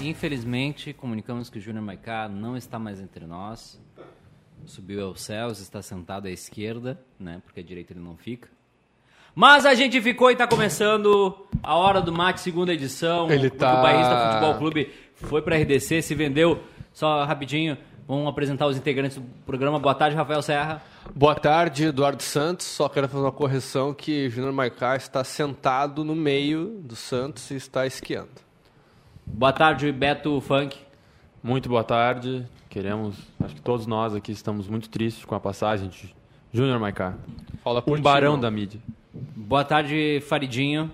Infelizmente, comunicamos que o Júnior Maiká não está mais entre nós. Subiu aos céus, está sentado à esquerda, né? Porque à direita ele não fica. Mas a gente ficou e está começando a Hora do Mate, segunda edição. Ele o Clube tá- Bairrista Futebol Clube foi para RDC, se vendeu. Só rapidinho, vamos apresentar os integrantes do programa. Boa tarde, Rafael Serra. Boa tarde, Eduardo Santos. Só quero fazer uma correção que Júnior Maicá está sentado no meio do Santos e está esquiando. Boa tarde, Beto Funk. Muito boa tarde. Queremos, acho que todos nós aqui estamos muito tristes com a passagem de Júnior Maiká. Fala Um barão da mídia. Boa tarde, Faridinho.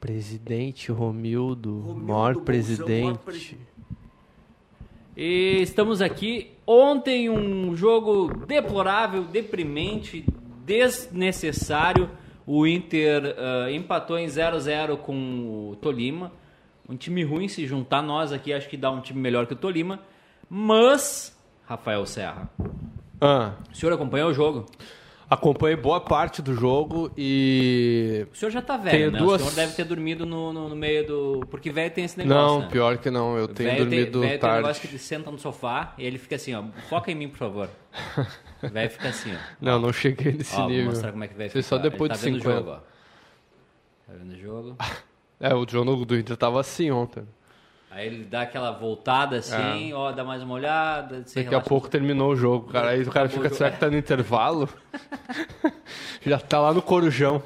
Presidente Romildo, maior presidente. E estamos aqui. Ontem um jogo deplorável, deprimente, desnecessário. O Inter ah, empatou em 0 a 0 com o Tolima. Um time ruim se juntar nós aqui, acho que dá um time melhor que o Tolima. Mas Rafael Serra, Ah, o senhor acompanhou o jogo? acompanhei boa parte do jogo e. O senhor já tá velho, Tenho né? duas- O senhor deve ter dormido no, no- no meio do, porque velho tem esse negócio, Não, né? pior que não. Eu tenho Velho tem- dormido velho tem um tarde. negócio que ele senta no sofá e ele fica assim, ó. Foca em mim, por favor. velho fica assim, ó. Não, não cheguei nesse Ó, vou nível. mostrar como é que vai Isso ficar. é só depois Ele tá de vendo o 50. jogo, ó. Tá vendo o jogo? É, o jogo do Inter tava assim ontem. Aí ele dá aquela voltada assim, ó, dá mais uma olhada. se É. Daqui a relaxa. um pouco terminou o jogo, cara. Aí o Acabou cara o fica, jogo. será que tá no intervalo? Já tá lá no corujão.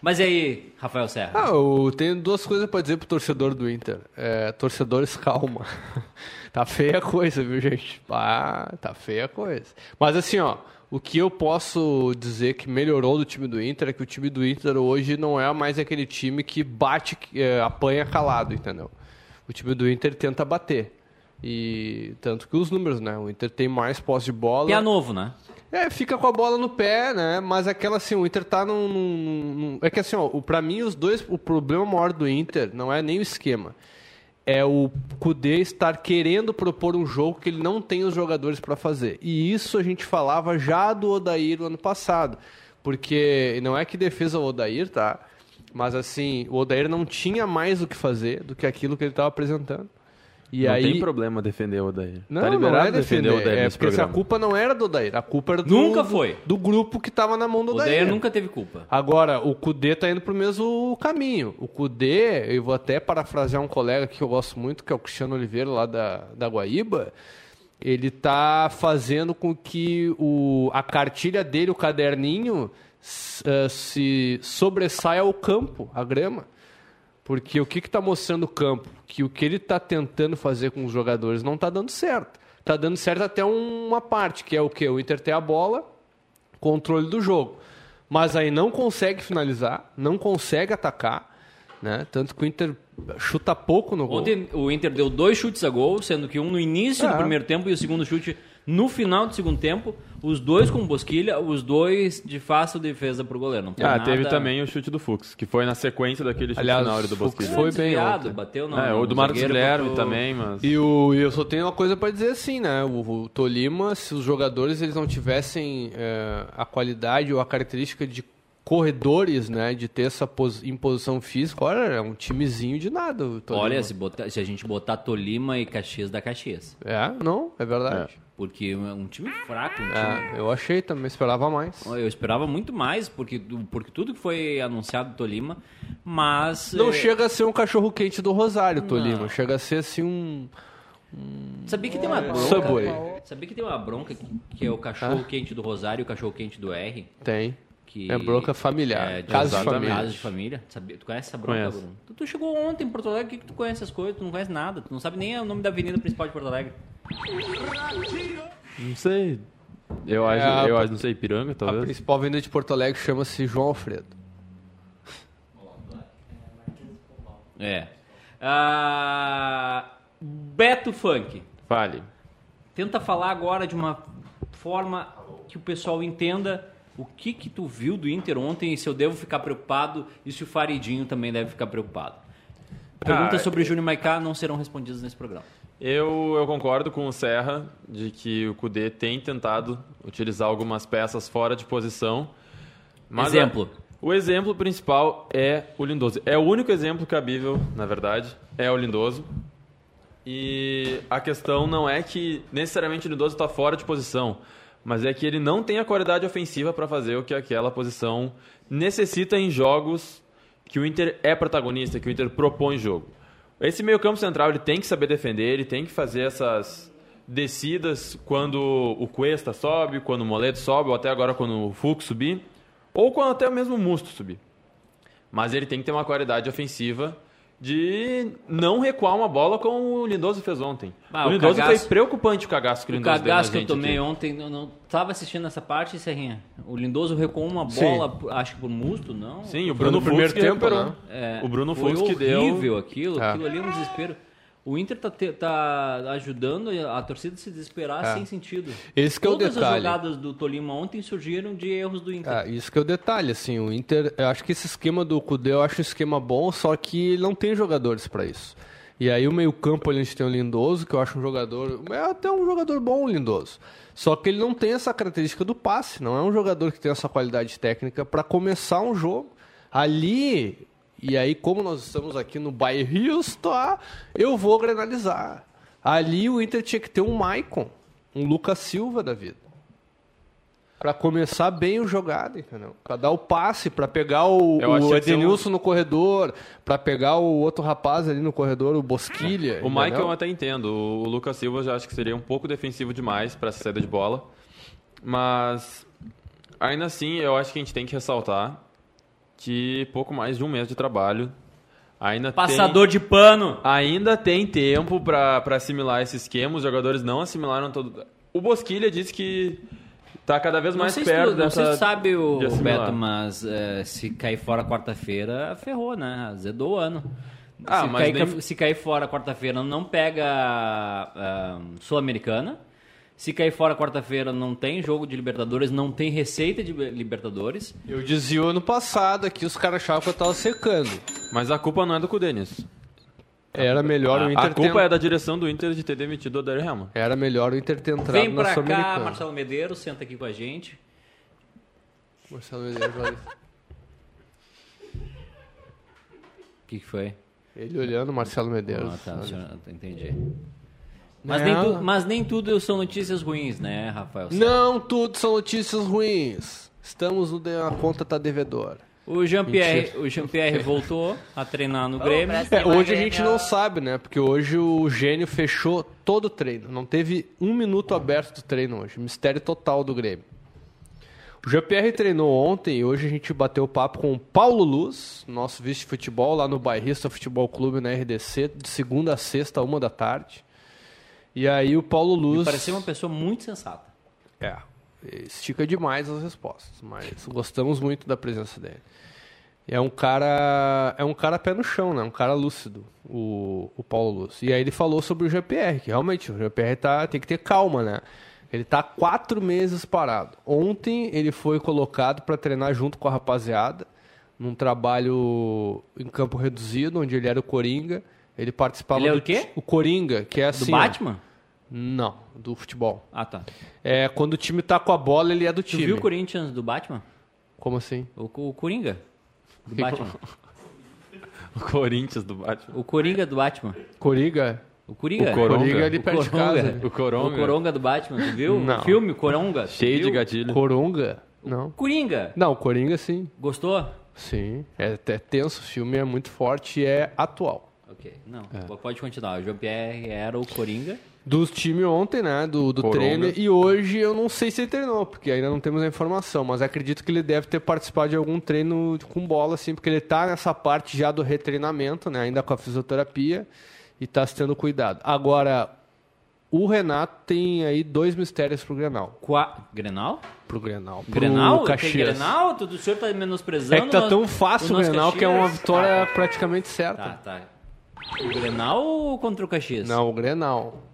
Mas e aí, Rafael Serra? Ah, eu tenho duas coisas pra dizer pro torcedor do Inter. É, torcedores, calma. tá feia a coisa, viu, gente? Ah, tá feia a coisa. Mas assim, ó, o que eu posso dizer que melhorou do time do Inter é que o time do Inter hoje não é mais aquele time que bate, é, apanha calado, entendeu? O time do Inter tenta bater. E tanto que os números, né? O Inter tem mais posse de bola. Pia novo, né? É, fica com a bola no pé, né? Mas aquela assim, o Inter tá num. num- num- É que assim, ó, o, pra mim, os dois. O problema maior do Inter não é nem o esquema. É o Kudê estar querendo propor um jogo que ele não tem os jogadores pra fazer. E isso a gente falava já do Odair no ano passado. Porque não é que defesa o Odair, tá? Mas assim, o Odair não tinha mais o que fazer do que aquilo que ele tava apresentando. E não aí. tem problema defender o Odair. Não, tá liberado não é defender defender. o Odair é nesse porque assim, a programa. culpa não era do Odair. A culpa era do, Nunca foi. do grupo que tava na mão do O Odair. Dayer nunca teve culpa. Agora, o Kudê tá indo pro mesmo caminho. O Kudê, eu vou até parafrasear um colega que eu gosto muito, que é o Cristiano Oliveira, lá da, da Guaíba. Ele tá fazendo com que o, a cartilha dele, o caderninho, s- eh, se sobressaia ao campo, à grama. Porque o que está mostrando o campo? Que o que ele está tentando fazer com os jogadores não está dando certo. Está dando certo até uma parte, que é o quê? O Inter ter a bola, controle do jogo. Mas aí não consegue finalizar, não consegue atacar. Né? Tanto que o Inter chuta pouco no gol. Ontem o Inter deu dois chutes a gol, sendo que um no início do É. primeiro tempo e o segundo chute no final do segundo tempo. Os dois com bosquilha, os dois de fácil defesa pro goleiro. Não tem Ah, nada- teve também o chute do Fux, que foi na sequência daquele chute Aliás, na hora do Fux Bosquilha. foi bem Desviado, ontem. bateu não. É, o do Marcos Guilherme também, mas... E o, e eu só tenho uma coisa pra dizer assim, né? O, o Tolima, se os jogadores eles não tivessem eh, a qualidade ou a característica de corredores, né? De ter essa pos- imposição física, olha, é um timezinho de nada. O Tolima. Olha, se, botar- se a gente botar Tolima e Caxias da Caxias. É, não, é verdade. Porque é um time fraco. um time- É, eu achei também, esperava mais. Eu esperava muito mais, porque, porque tudo que foi anunciado do Tolima, mas. Não eh, chega a ser um cachorro quente do Rosário, Tolima. Chega a ser assim um. Sabia que tem uma bronca. É. Subway. Sabia que tem uma bronca que, que é o cachorro quente do Rosário e o cachorro quente do R. Tem. Que É bronca familiar. É, de- casa de exatamente. família. Casa de família. Sabia- tu conhece essa bronca, Conheço. Bruno? Tu, tu chegou ontem em Porto Alegre, o que, que tu conhece essas coisas? Tu não conhece nada. Tu não sabe nem o nome da avenida principal de Porto Alegre. Não sei. Eu acho, É, a- eu acho, não sei, Piranga, A talvez. principal venda de Porto Alegre chama-se João Alfredo. É. Ah, Beto Funk. Fale. Tenta falar agora de uma forma que o pessoal entenda o que que tu viu do Inter ontem e se eu devo ficar preocupado e se o Faridinho também deve ficar preocupado. Perguntas Ah, sobre o Júnior Maiká não serão respondidas nesse programa. Eu, eu concordo com o Serra de que o Kudê tem tentado utilizar algumas peças fora de posição. mas- Exemplo, O exemplo principal é o Lindoso. É o único exemplo cabível, na verdade, é o Lindoso. E a questão não é que necessariamente o Lindoso está tá fora de posição, mas é que ele não tem a qualidade ofensiva para fazer o que aquela posição necessita em jogos que o Inter é protagonista, que o Inter propõe jogo. Esse meio-campo central ele tem que saber defender, ele tem que fazer essas descidas quando o Cuesta sobe, quando o Moleto sobe, ou até agora quando o Fux subir, ou quando até mesmo o Musto subir. Mas ele tem que ter uma qualidade ofensiva de não recuar uma bola como o Lindoso fez ontem. Ah, o o Lindoso cagaço- foi preocupante o cagaço que o O Lindoso deu na cagaço que eu gente tomei aqui. ontem, eu não tava assistindo essa parte, Serrinha. O Lindoso recuou uma bola, acho que por musto, não? Sim, o Foi no Bruno primeiro Fux que tempo, recuperou. né? É, O Bruno foi Fux que deu... horrível aquilo, É. aquilo ali é um desespero. O Inter tá, te- tá ajudando a torcida a se desesperar sem sentido. É. Esse que é o Todas as detalhe. jogadas do Tolima ontem surgiram de erros do Inter. Ah, isso que é o detalhe, assim, o Inter, eu acho que esse esquema do Cudê, eu acho um esquema bom, só que ele não tem jogadores pra isso. E aí o meio-campo ali a gente tem o Lindoso, que eu acho um jogador, é até um jogador bom o Lindoso. Só que ele não tem essa característica do passe, não é um jogador que tem essa qualidade técnica pra começar um jogo. Ali, e aí como nós estamos aqui no bairrista, eu vou granalizar. Ali o Inter tinha que ter um Maicon, um Lucas Silva da vida. Pra começar bem o jogado, entendeu? Pra dar o passe, pra pegar o, Eu acho o que esse é um- Edenilson no corredor, pra pegar o outro rapaz ali no corredor, o Bosquilha. O Michael eu entendeu? até entendo. O o Lucas Silva eu já acho que seria um pouco defensivo demais para essa saída de bola. Mas ainda assim, eu acho que a gente tem que ressaltar que pouco mais de um mês de trabalho ainda Passador de pano. tem, ainda tem tempo para assimilar esse esquema. Os jogadores não assimilaram todo. O Bosquilha disse que tá cada vez Não mais sei, se, perto tu, não dessa sei se sabe o de assimilar. Beto, mas é, se cair fora quarta-feira, ferrou, né? Azedou o ano. Ah, se, mas cair, daí- se cair fora quarta-feira, não pega ah, Sul-Americana. Se cair fora quarta-feira, não tem jogo de Libertadores, não tem receita de Libertadores. Eu dizia o ano passado aqui, os caras achavam que eu tava secando. Mas a culpa não é do Kudenis. Era melhor o A, Inter a culpa ter... é da direção do Inter de ter demitido o Odair Helman. Era melhor o Inter ter entrado Vem na pra cá, Sul-Americana. Marcelo Medeiros, senta aqui com a gente. Marcelo Medeiros, olha. O que, que foi? Ele olhando o Marcelo Medeiros. Ah, tá, olha. senhor, É. entendi. Mas nem, Não. tu- mas nem tudo são notícias ruins, né, Rafael? Não tudo são notícias ruins. Estamos no... de- A conta tá devedora. O Jean-Pierre o Jean-Pierre voltou a treinar no Grêmio. É, hoje a gente não sabe, né? Porque hoje o Gênio fechou todo o treino. Não teve um minuto aberto do treino hoje. Mistério total do Grêmio. O GPR treinou ontem e hoje a gente bateu papo com o Paulo Luz, nosso vice-futebol lá no Bairrista Futebol Clube na RDC, de segunda a sexta, uma da tarde. E aí o Paulo Luz. Pareceu uma pessoa muito sensata. É, estica demais as respostas, mas gostamos muito da presença dele. É um cara, é um cara pé no chão, né? Um cara lúcido, o, o Paulo Lúcio. E aí ele falou sobre o GPR, que realmente o GPR tá, tem que ter calma, né? Ele tá quatro meses parado. Ontem ele foi colocado para treinar junto com a rapaziada num trabalho em campo reduzido, onde ele era o Coringa. Ele participava Ele era do o quê? ti- O Coringa, que é Do assim. ó. Batman? Não, do futebol. Ah, tá. É, quando o time tá com a bola, ele é do Tu time. viu o Corinthians do Batman? Como assim? O, o Coringa do Batman. O Corinthians do Batman. O Coringa do Batman. Coriga? O Coringa. O Coronga. Coriga é ali perto de casa. O Coronga. O Coronga do Batman, tu viu? Não. O filme Coronga. tu Cheio de viu? gatilho. Coronga? Não. Coringa. Não, Coringa sim. Gostou? Sim. É até tenso, o filme é muito forte e é atual. Ok, não. É. Pode continuar. O Jean-Pierre era o Coringa. Dos times ontem, né? Do, do Coronga. treino. E hoje eu não sei se ele treinou, porque ainda não temos a informação. Mas acredito que ele deve ter participado de algum treino com bola, assim, porque ele tá nessa parte já do retreinamento, né? Ainda com a fisioterapia e tá se tendo cuidado. Agora, o Renato tem aí dois mistérios pro Grenal. Qua... Grenal? Pro Grenal. Pro Grenal? Tem Caxias. Grenal? Tu, o senhor tá menosprezando? É que tá nós- tão fácil o nosso Grenal que é uma Caxias? Ah. vitória praticamente certa. Tá, tá. O Grenal ou contra o Caxias? Não, o Grenal.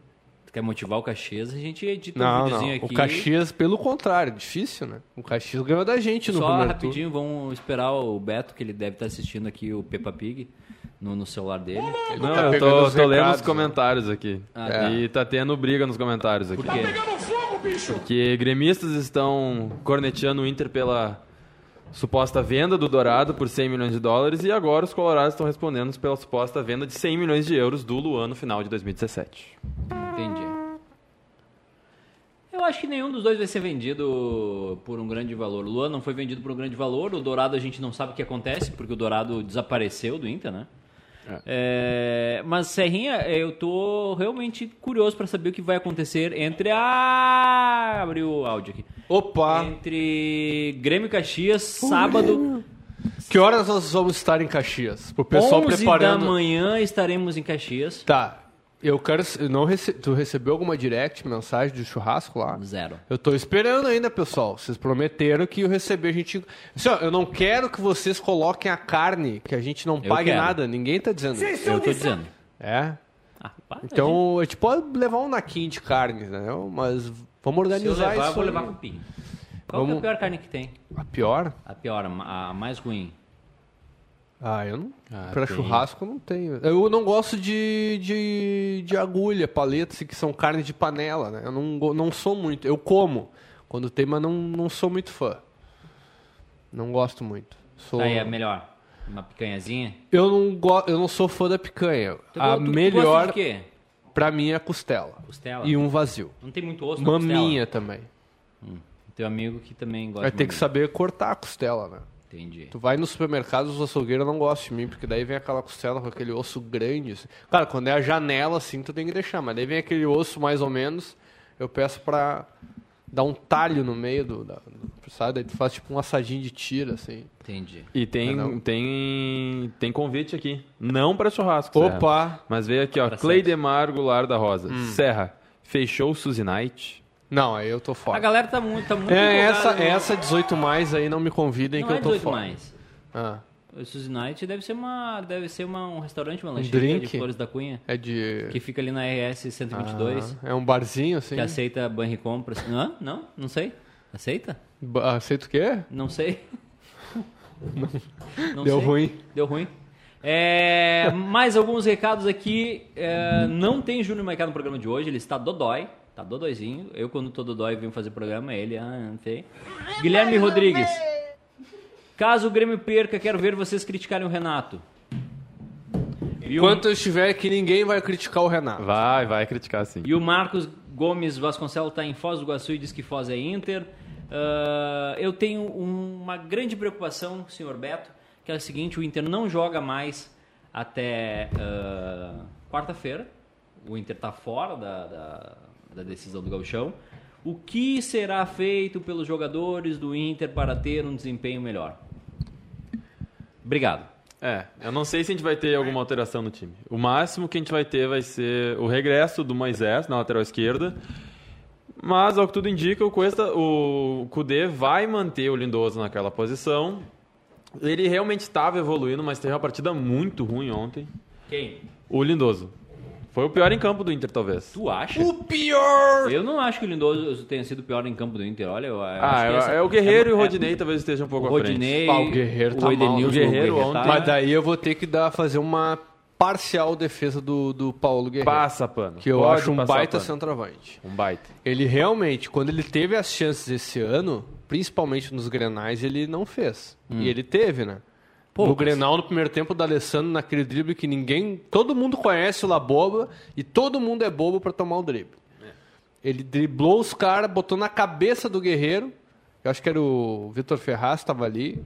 Tu quer motivar o Caxias, a gente edita um Não, não. videozinho aqui. O Caxias, pelo contrário, difícil, né? O Caxias ganhou da gente no Só primeiro rapidinho, vamos esperar o Beto, que ele deve estar assistindo aqui o Peppa Pig no, no celular dele. Não, tá eu pegando tô, os tô lendo recados, os né? comentários aqui. Ah, E tá tendo briga nos comentários aqui. Por quê? Porque gremistas estão corneteando o Inter pela suposta venda do Dourado por 100 milhões de dólares e agora os colorados estão respondendo pela suposta venda de 100 milhões de euros do Luan no final de 2017. Entendi. Eu acho que nenhum dos dois vai ser vendido por um grande valor. O Luan não foi vendido por um grande valor, o Dourado a gente não sabe o que acontece, porque o Dourado desapareceu do Inter, né? É, mas Serrinha, eu tô realmente curioso para saber o que vai acontecer entre a abre o áudio aqui. Opa! Entre Grêmio e Caxias, sábado, Que horas nós vamos estar em Caxias? Pro pessoal 11 da preparando. manhã estaremos em Caxias. Tá. Eu quero. eu não rece- Tu recebeu alguma direct, mensagem de churrasco lá? Zero. Eu tô esperando ainda, pessoal. Vocês prometeram que eu receber a gente. Assim, ó, eu não quero que vocês coloquem a carne, que a gente não Eu pague quero. nada. Ninguém tá dizendo. isso. Eu tô dizendo. É. Ah, para, gente. Então, a gente pode levar um naquinho de carne, né? Mas vamos se eu organizar levar, isso. eu vou aí. levar cupim. Qual que é Vamos- a pior carne que tem? A pior? A pior, a a mais ruim. Ah, eu não. Ah, pra tem. churrasco eu não tenho. Eu não gosto de, de, de agulha, paletas, que são carne de panela, né? Eu não, go- não sou muito. Eu como quando tem, mas não, não sou muito fã. Não gosto muito. Sou... Aí é melhor. Uma picanhazinha. Eu não, go... eu não sou fã da picanha. Tu- a tu- tu gosta melhor, de quê? pra mim, é a costela. Costela? E um vazio. Não tem muito osso na Maminha também. costela. Teu amigo que também gosta Vai de ter que maminha. saber cortar a costela, né? Entendi. Tu vai no supermercado, os açougueiros não gostam de mim, porque daí vem aquela costela com aquele osso grande. Assim. Cara, quando é a janela, assim, tu tem que deixar, mas daí vem aquele osso mais ou menos. Eu peço pra dar um talho no meio do. Da, do- sabe? Daí tu faz tipo um assadinho de tira, assim. Entendi. E tem, É, Não. tem, tem convite aqui. Não pra churrasco. Serra. Opa! Hum. Mas veio aqui, ó. Pra Cleidemar Goulart da Rosa. Serra, fechou o Suzy Night? Não, aí eu tô A fora. galera tá muito, tá muito É, essa, empolgada, né? essa 18 mais aí não me convidem Não que é eu tô 18 fora. mais. Ah, O Suzy Night deve ser, uma, deve ser uma, um restaurante, uma lancheria drink? de Flores da Cunha, é de. que fica ali na RS 122, Ah, é um barzinho, assim? que aceita banho e compras. Não, não, não sei. Aceita? Ba- Aceita o quê? Não sei. Não Deu sei. ruim. Deu ruim. É, mais alguns recados aqui. É, não tem Júnior Maicá no programa de hoje, ele está dodói. Tá dodóizinho. Eu, quando tô dodói, venho fazer programa, ele, ah, não sei. Guilherme Rodrigues. Caso o Grêmio perca, quero ver vocês criticarem o Renato. E o, Enquanto eu estiver aqui, ninguém vai criticar o Renato. Vai, vai criticar sim. e o Marcos Gomes Vasconcelos está em Foz do Iguaçu e diz que Foz é Inter. Ah, eu tenho uma grande preocupação, senhor Beto, que é o seguinte, o Inter não joga mais até ah, quarta-feira. O Inter está fora da, da- da decisão do Gauchão. O que será feito pelos jogadores do Inter para ter um desempenho melhor? Obrigado. É, eu não sei se a gente vai ter alguma alteração no time. O máximo que a gente vai ter vai ser o regresso do Moisés na lateral esquerda. Mas, ao que tudo indica, o Cuesta, o Kudê vai manter o Lindoso naquela posição. Ele realmente estava evoluindo, mas teve uma partida muito ruim ontem. Quem? O Lindoso. Foi o pior em campo do Inter, talvez. Tu acha? O pior! Eu não acho que o Lindoso tenha sido o pior em campo do Inter, olha. Eu acho Ah, que é, essa- é o Guerreiro é- e o Rodinei talvez estejam um pouco O à frente. Rodinei, Ah, o Guerreiro tá o mal. Edenilson, O Guerreiro Guerreiro ontem- tá- Mas daí eu vou ter que dar, fazer uma parcial defesa do, do Paulo Guerreiro. Passa pano. é que eu Pode acho um passar baita pano. centroavante. Um baita. Ele realmente, quando ele teve as chances esse ano, principalmente nos Grenais, ele não fez. Hum. E ele teve, né? no Grenal, no primeiro tempo, da Alessandro, naquele drible que ninguém... Todo mundo conhece o Laboba e todo mundo é bobo pra tomar o drible. É. Ele driblou os caras, botou na cabeça do Guerreiro. Eu acho que era o Vitor Ferraz, estava ali.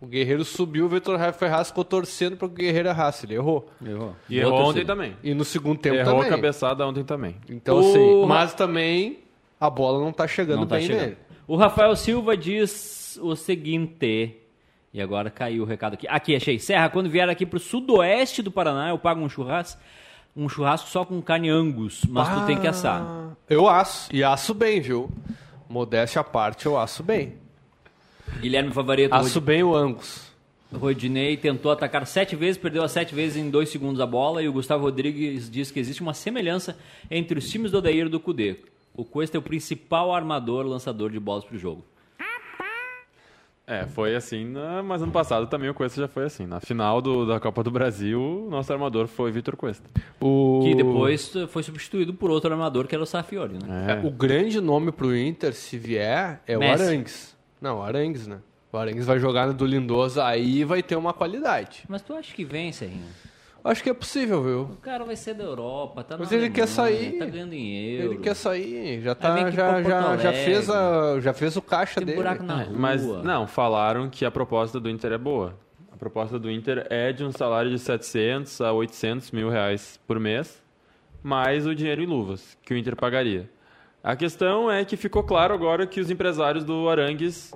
O Guerreiro subiu, o Vitor Ferraz ficou torcendo para o Guerreiro errasse. Ele errou. Errou. E errou Outro ontem sim. também. E no segundo tempo Errou também. a cabeçada ontem também. Então, O- assim, mas também a bola não tá chegando Não tá bem chegando. nele. O Rafael Silva diz o seguinte. E agora caiu o recado aqui. Aqui, achei. Serra, quando vier aqui pro sudoeste do Paraná, eu pago um churrasco, um churrasco só com carne angus, mas tu tem que assar. Ah, Eu aço. E aço bem, viu? Modéstia à parte, eu aço bem. Guilherme Favareto, Aço bem o Angus. Rodinei tentou atacar sete vezes, perdeu as sete vezes em dois segundos a bola e o Gustavo Rodrigues diz que existe uma semelhança entre os times do Odair e do Cudê. O Cuesta é o principal armador lançador de bolas pro jogo. É, foi assim, na- mas ano passado também o Cuesta já foi assim. Na final do- da Copa do Brasil, nosso armador foi Vitor Cuesta. O... Que depois foi substituído por outro armador que era o Safiori, né? É, O grande nome pro Inter, se vier, é Messi. o Arangues. Não, Arangues, né? O Arangues vai jogar no do Lindoso, aí vai ter uma qualidade. Mas tu acha que vem, Serrinho? Acho que é possível, viu? O cara vai ser da Europa, tá na Mas ele Alemanha, quer sair. Tá ganhando dinheiro. Ele quer sair, já, vem tá, aqui já, pra Porto já, já, Alegre. fez a, já fez o caixa Tem dele. É, buraco na rua. É, Mas, não, falaram que a proposta do Inter é boa. A proposta do Inter é de um salário de 700 a 800 mil reais por mês, mais o dinheiro em luvas que o Inter pagaria. A questão é que ficou claro agora que os empresários do Arangues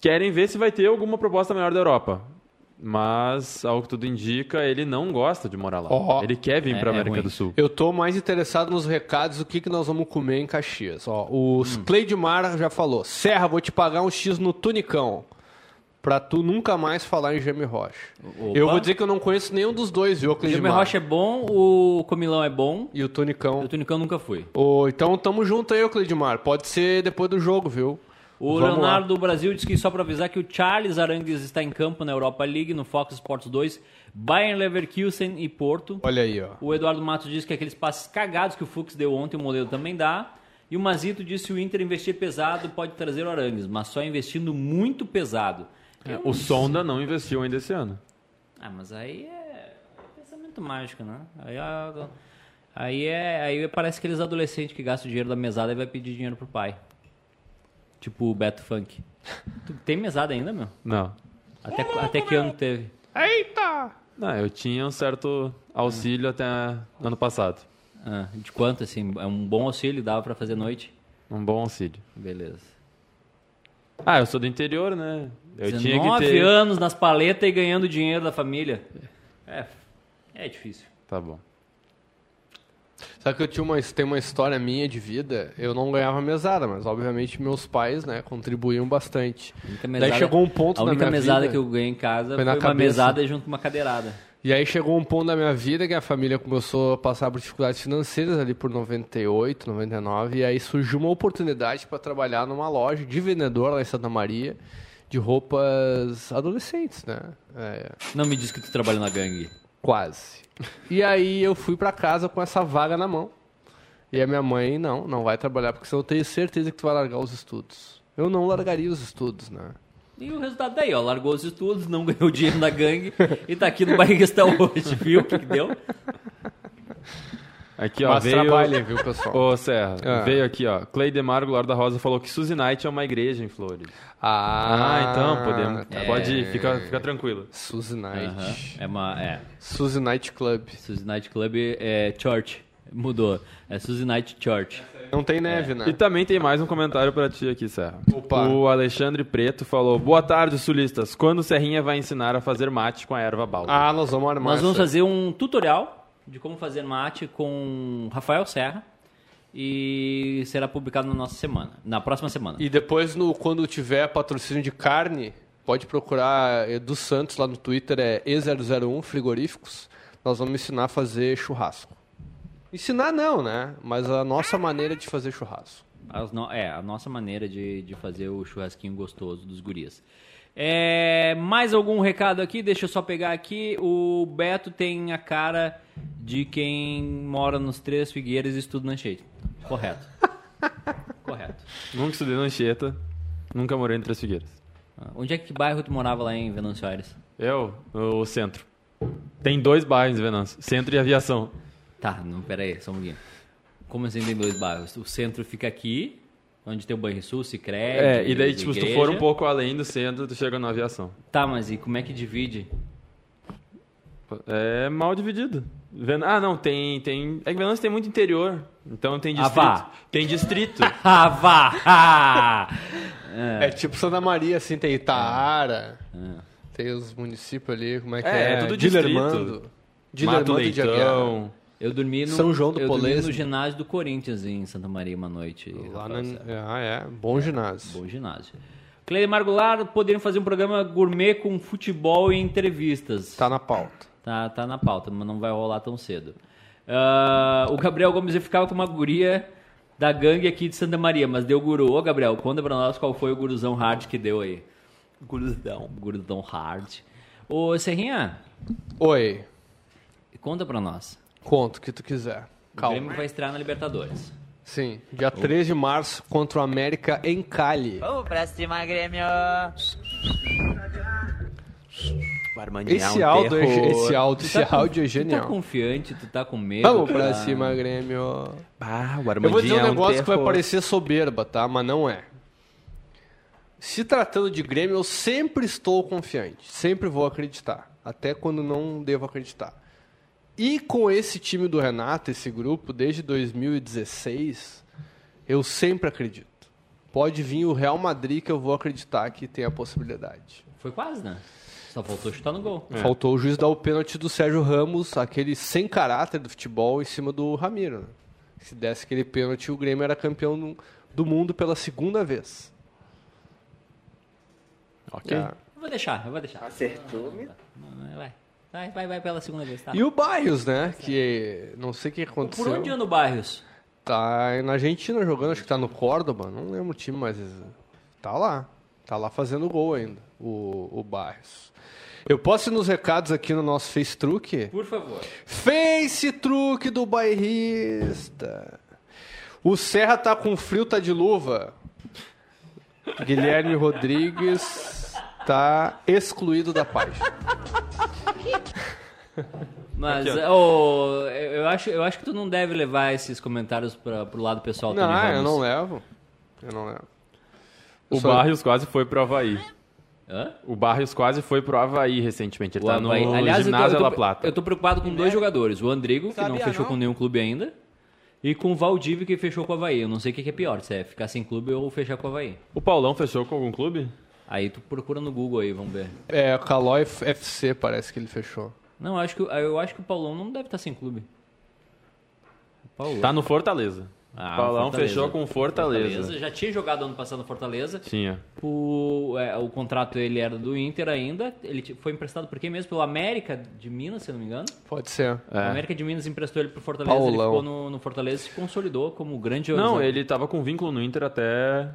querem ver se vai ter alguma proposta melhor da Europa. Mas, ao que tudo indica, ele não gosta de morar lá. Ó. ele quer vir É, para é América ruim. do Sul. Eu tô mais interessado nos recados, o que, que nós vamos comer em Caxias. Ó, o Hum. Cleidmar já falou, Serra, vou te pagar um X no tunicão, pra tu nunca mais falar em Gemi Rocha. Opa. Eu vou dizer que eu não conheço nenhum dos dois, viu, O Cleidmar? Gilmer Rocha é bom, o Comilão é bom, E o tunicão. o Tunicão nunca foi. Ô, então tamo junto aí, ô Cleidmar. Pode ser depois do jogo, viu? O Vamos lá. Leonardo do Brasil diz que só pra avisar que o Charles Arangues está em campo na Europa League, no Fox Sports 2, Bayern Leverkusen e Porto. Olha aí, ó. O Eduardo Matos diz que aqueles passes cagados que o Fux deu ontem, o modelo também dá. E o Mazito disse que o Inter investir pesado pode trazer o Arangues, mas só investindo muito pesado. Eu O não- Sonda não investiu ainda esse ano. Ah, mas aí é pensamento mágico, né? Aí, a- aí é. Aí parece aqueles adolescentes que gastam o dinheiro da mesada e vai pedir dinheiro pro pai. Tipo o Beto Funk. Tu tem mesada ainda, meu? Não. Até, até que ano teve? Não, eu tinha um certo auxílio até ano passado. Ah, de quanto, assim? É um bom auxílio, dava pra fazer noite? Um bom auxílio. Beleza. Ah, eu sou do interior, né? Eu 19 tinha que ter. anos nas paletas e ganhando dinheiro da família. É, é difícil. Tá bom. Sabe que eu tinha uma, tem uma história minha de vida? Eu não ganhava mesada, mas obviamente meus pais, né, contribuíam bastante. A única Daí chegou um ponto A na única minha mesada vida. que eu ganhei em casa Foi foi, na uma cabeça. mesada junto com uma cadeirada. E aí chegou um ponto da minha vida que a família começou a passar por dificuldades financeiras ali por 98, 99, e aí surgiu uma oportunidade para trabalhar numa loja de vendedor lá em Santa Maria de roupas adolescentes, né? É, Não me diz que tu trabalha na gangue. Quase. E aí eu fui pra casa com essa vaga na mão. E a minha mãe, não, não vai trabalhar, porque senão eu tenho certeza que tu vai largar os estudos. Eu não largaria os estudos, né? E o resultado daí, ó. Largou os estudos, não ganhou dinheiro na gangue e tá aqui no Barriguistão hoje, viu? O que, que deu? Aqui, ó, Mas veio. trabalhem, viu, pessoal? Ô, Serra, Ah. veio aqui, ó. Clay Demargo, Laura da Rosa, falou que Suzy Knight é uma igreja em Flores. Ah, então podemos. Pode ir, fica, fica tranquilo. Suzy Night. Aham. É uma. É. Suzy Night Club. Suzy Night Club é Church. Mudou. É Suzy Night Church. Não tem neve, né? E também tem mais um comentário pra ti aqui, Serra. Opa. O Alexandre Preto falou: Boa tarde, sulistas. Quando o Serrinha vai ensinar a fazer mate com a erva balda? Ah, nós vamos armar. Nós vamos essa. fazer um tutorial de como fazer mate com Rafael Serra e será publicado na nossa semana, na próxima semana. E depois, no, quando tiver patrocínio de carne, pode procurar Edu Santos lá no Twitter, é E001 Frigoríficos. Nós vamos ensinar a fazer churrasco. Ensinar não, né? Mas a nossa maneira de fazer churrasco. As no- É, a nossa maneira de, de fazer o churrasquinho gostoso dos gurias. É, mais algum recado aqui? Deixa eu só pegar aqui. O Beto tem a cara de quem mora nos Três Figueiras e estuda na Anchieta. Correto. Correto. Nunca estudei na Anchieta, nunca morei em Três Figueiras. Ah, Onde é que bairro tu morava lá em Venâncio Aires? Eu, É o centro. Tem dois bairros, Venâncio: centro e aviação. Tá, não, pera aí, só um pouquinho. Como assim tem dois bairros? O centro fica aqui, onde tem o Banrisul, Cicred... É, e daí, tipo, se tu for um igreja. pouco além do centro, tu chega na aviação. Tá, mas e como é que divide? É mal dividido. Ven- Ah, não, tem, tem. É que Venâncio tem muito interior. Então tem Ah, distrito. vá. tem distrito. Ah, vá! ah! É, tipo Santa Maria, assim, tem Itaara, tem os municípios ali, como é que É, é? é tudo Dilermando. distrito. Mato Dilermando de Aguiar. Leitão. Eu dormi no, São João do eu dormi Polesmo. no ginásio do Corinthians em Santa Maria uma noite. Lá Rafael na... Serra. Ah, é. Bom ginásio. Bom ginásio. Cleide Margular, poderiam fazer um programa gourmet com futebol e entrevistas. Tá na pauta. Tá, tá na pauta, mas não vai rolar tão cedo. Ah, o Gabriel Gomes ele ficava com uma guria da gangue aqui de Santa Maria, mas deu guru. Ô, Gabriel, conta pra nós qual foi o guruzão hard que deu aí. Guruzão. Guruzão hard. Ô, Serrinha, Oi, conta pra nós. conta o que tu quiser. O Calma. Grêmio vai estrear na Libertadores. Sim, dia 3 de março contra o América em Cali. Vamos pra cima, Grêmio! O Armandinho Esse é um áudio, é, ge- terror. esse áudio, Tá esse com- áudio é Tu tá genial. confiante, tu tá com medo. Vamos pra tá- cima, Grêmio. Ah, o Armandinho Eu vou dizer é um negócio que vai terror. parecer soberba, tá? Mas não é. Se tratando de Grêmio, eu sempre estou confiante. Sempre vou acreditar. Até quando não devo acreditar. E com esse time do Renato, esse grupo, desde 2016, eu sempre acredito. Pode vir o Real Madrid que eu vou acreditar que tem a possibilidade. Foi quase, né? Só faltou chutar no gol. Faltou o juiz dar o pênalti do Sérgio Ramos, aquele sem caráter do futebol, em cima do Ramiro. né? Se desse aquele pênalti, o Grêmio era campeão do- do mundo pela segunda vez. Ok. É. Eu vou deixar, eu vou deixar. Acertou, meu? Vai, vai, vai, vai pela segunda vez, tá? E o Barrios, né? Que não sei o que aconteceu. Por onde anda o Barrios? Tá na Argentina jogando, acho que tá no Córdoba, não lembro o time, mas tá lá. Tá lá fazendo gol ainda, o, o Barrios. Eu posso ir nos recados aqui no nosso Face Truque? Por favor. Face truque do bairrista. O Serra tá com frio, tá de luva. Guilherme Rodrigues tá excluído da página. Mas ô, eu, eu acho, eu acho que tu não deve levar esses comentários pra, pro lado pessoal do Tony Não, eu Ramos. não levo. Eu não levo. O Só- Barrios quase foi pro Havaí. Hã? O Barrios quase foi pro Havaí recentemente. Ele O tá no Havaí- Aliás, eu tô- ginásio eu tô, La Plata. Eu tô preocupado com dois jogadores. O Andrigo, que não Sabia, fechou não? com nenhum clube ainda. E com o Valdívio, que fechou com o Havaí. Eu não sei o que que é pior, se é ficar sem clube ou fechar com o Havaí. O Paulão fechou com algum clube? Aí tu procura no Google aí, vamos ver. É, o Calói F- FC parece que ele fechou. Não, acho que, eu acho que o Paulão não deve estar sem clube. O Paulão. Tá no Fortaleza. Ah, o Paulão Fortaleza. fechou com o Fortaleza. Fortaleza. Já tinha jogado ano passado no Fortaleza. Tinha. O, é, o contrato ele era do Inter ainda. Ele ti- foi emprestado por quem mesmo? Pelo América de Minas, se eu não me engano. Pode ser. O América de Minas emprestou ele pro Fortaleza. Ele É. Paulão. ficou no, no Fortaleza e se consolidou como o grande jogador. Não, ele é tava com vínculo no Inter até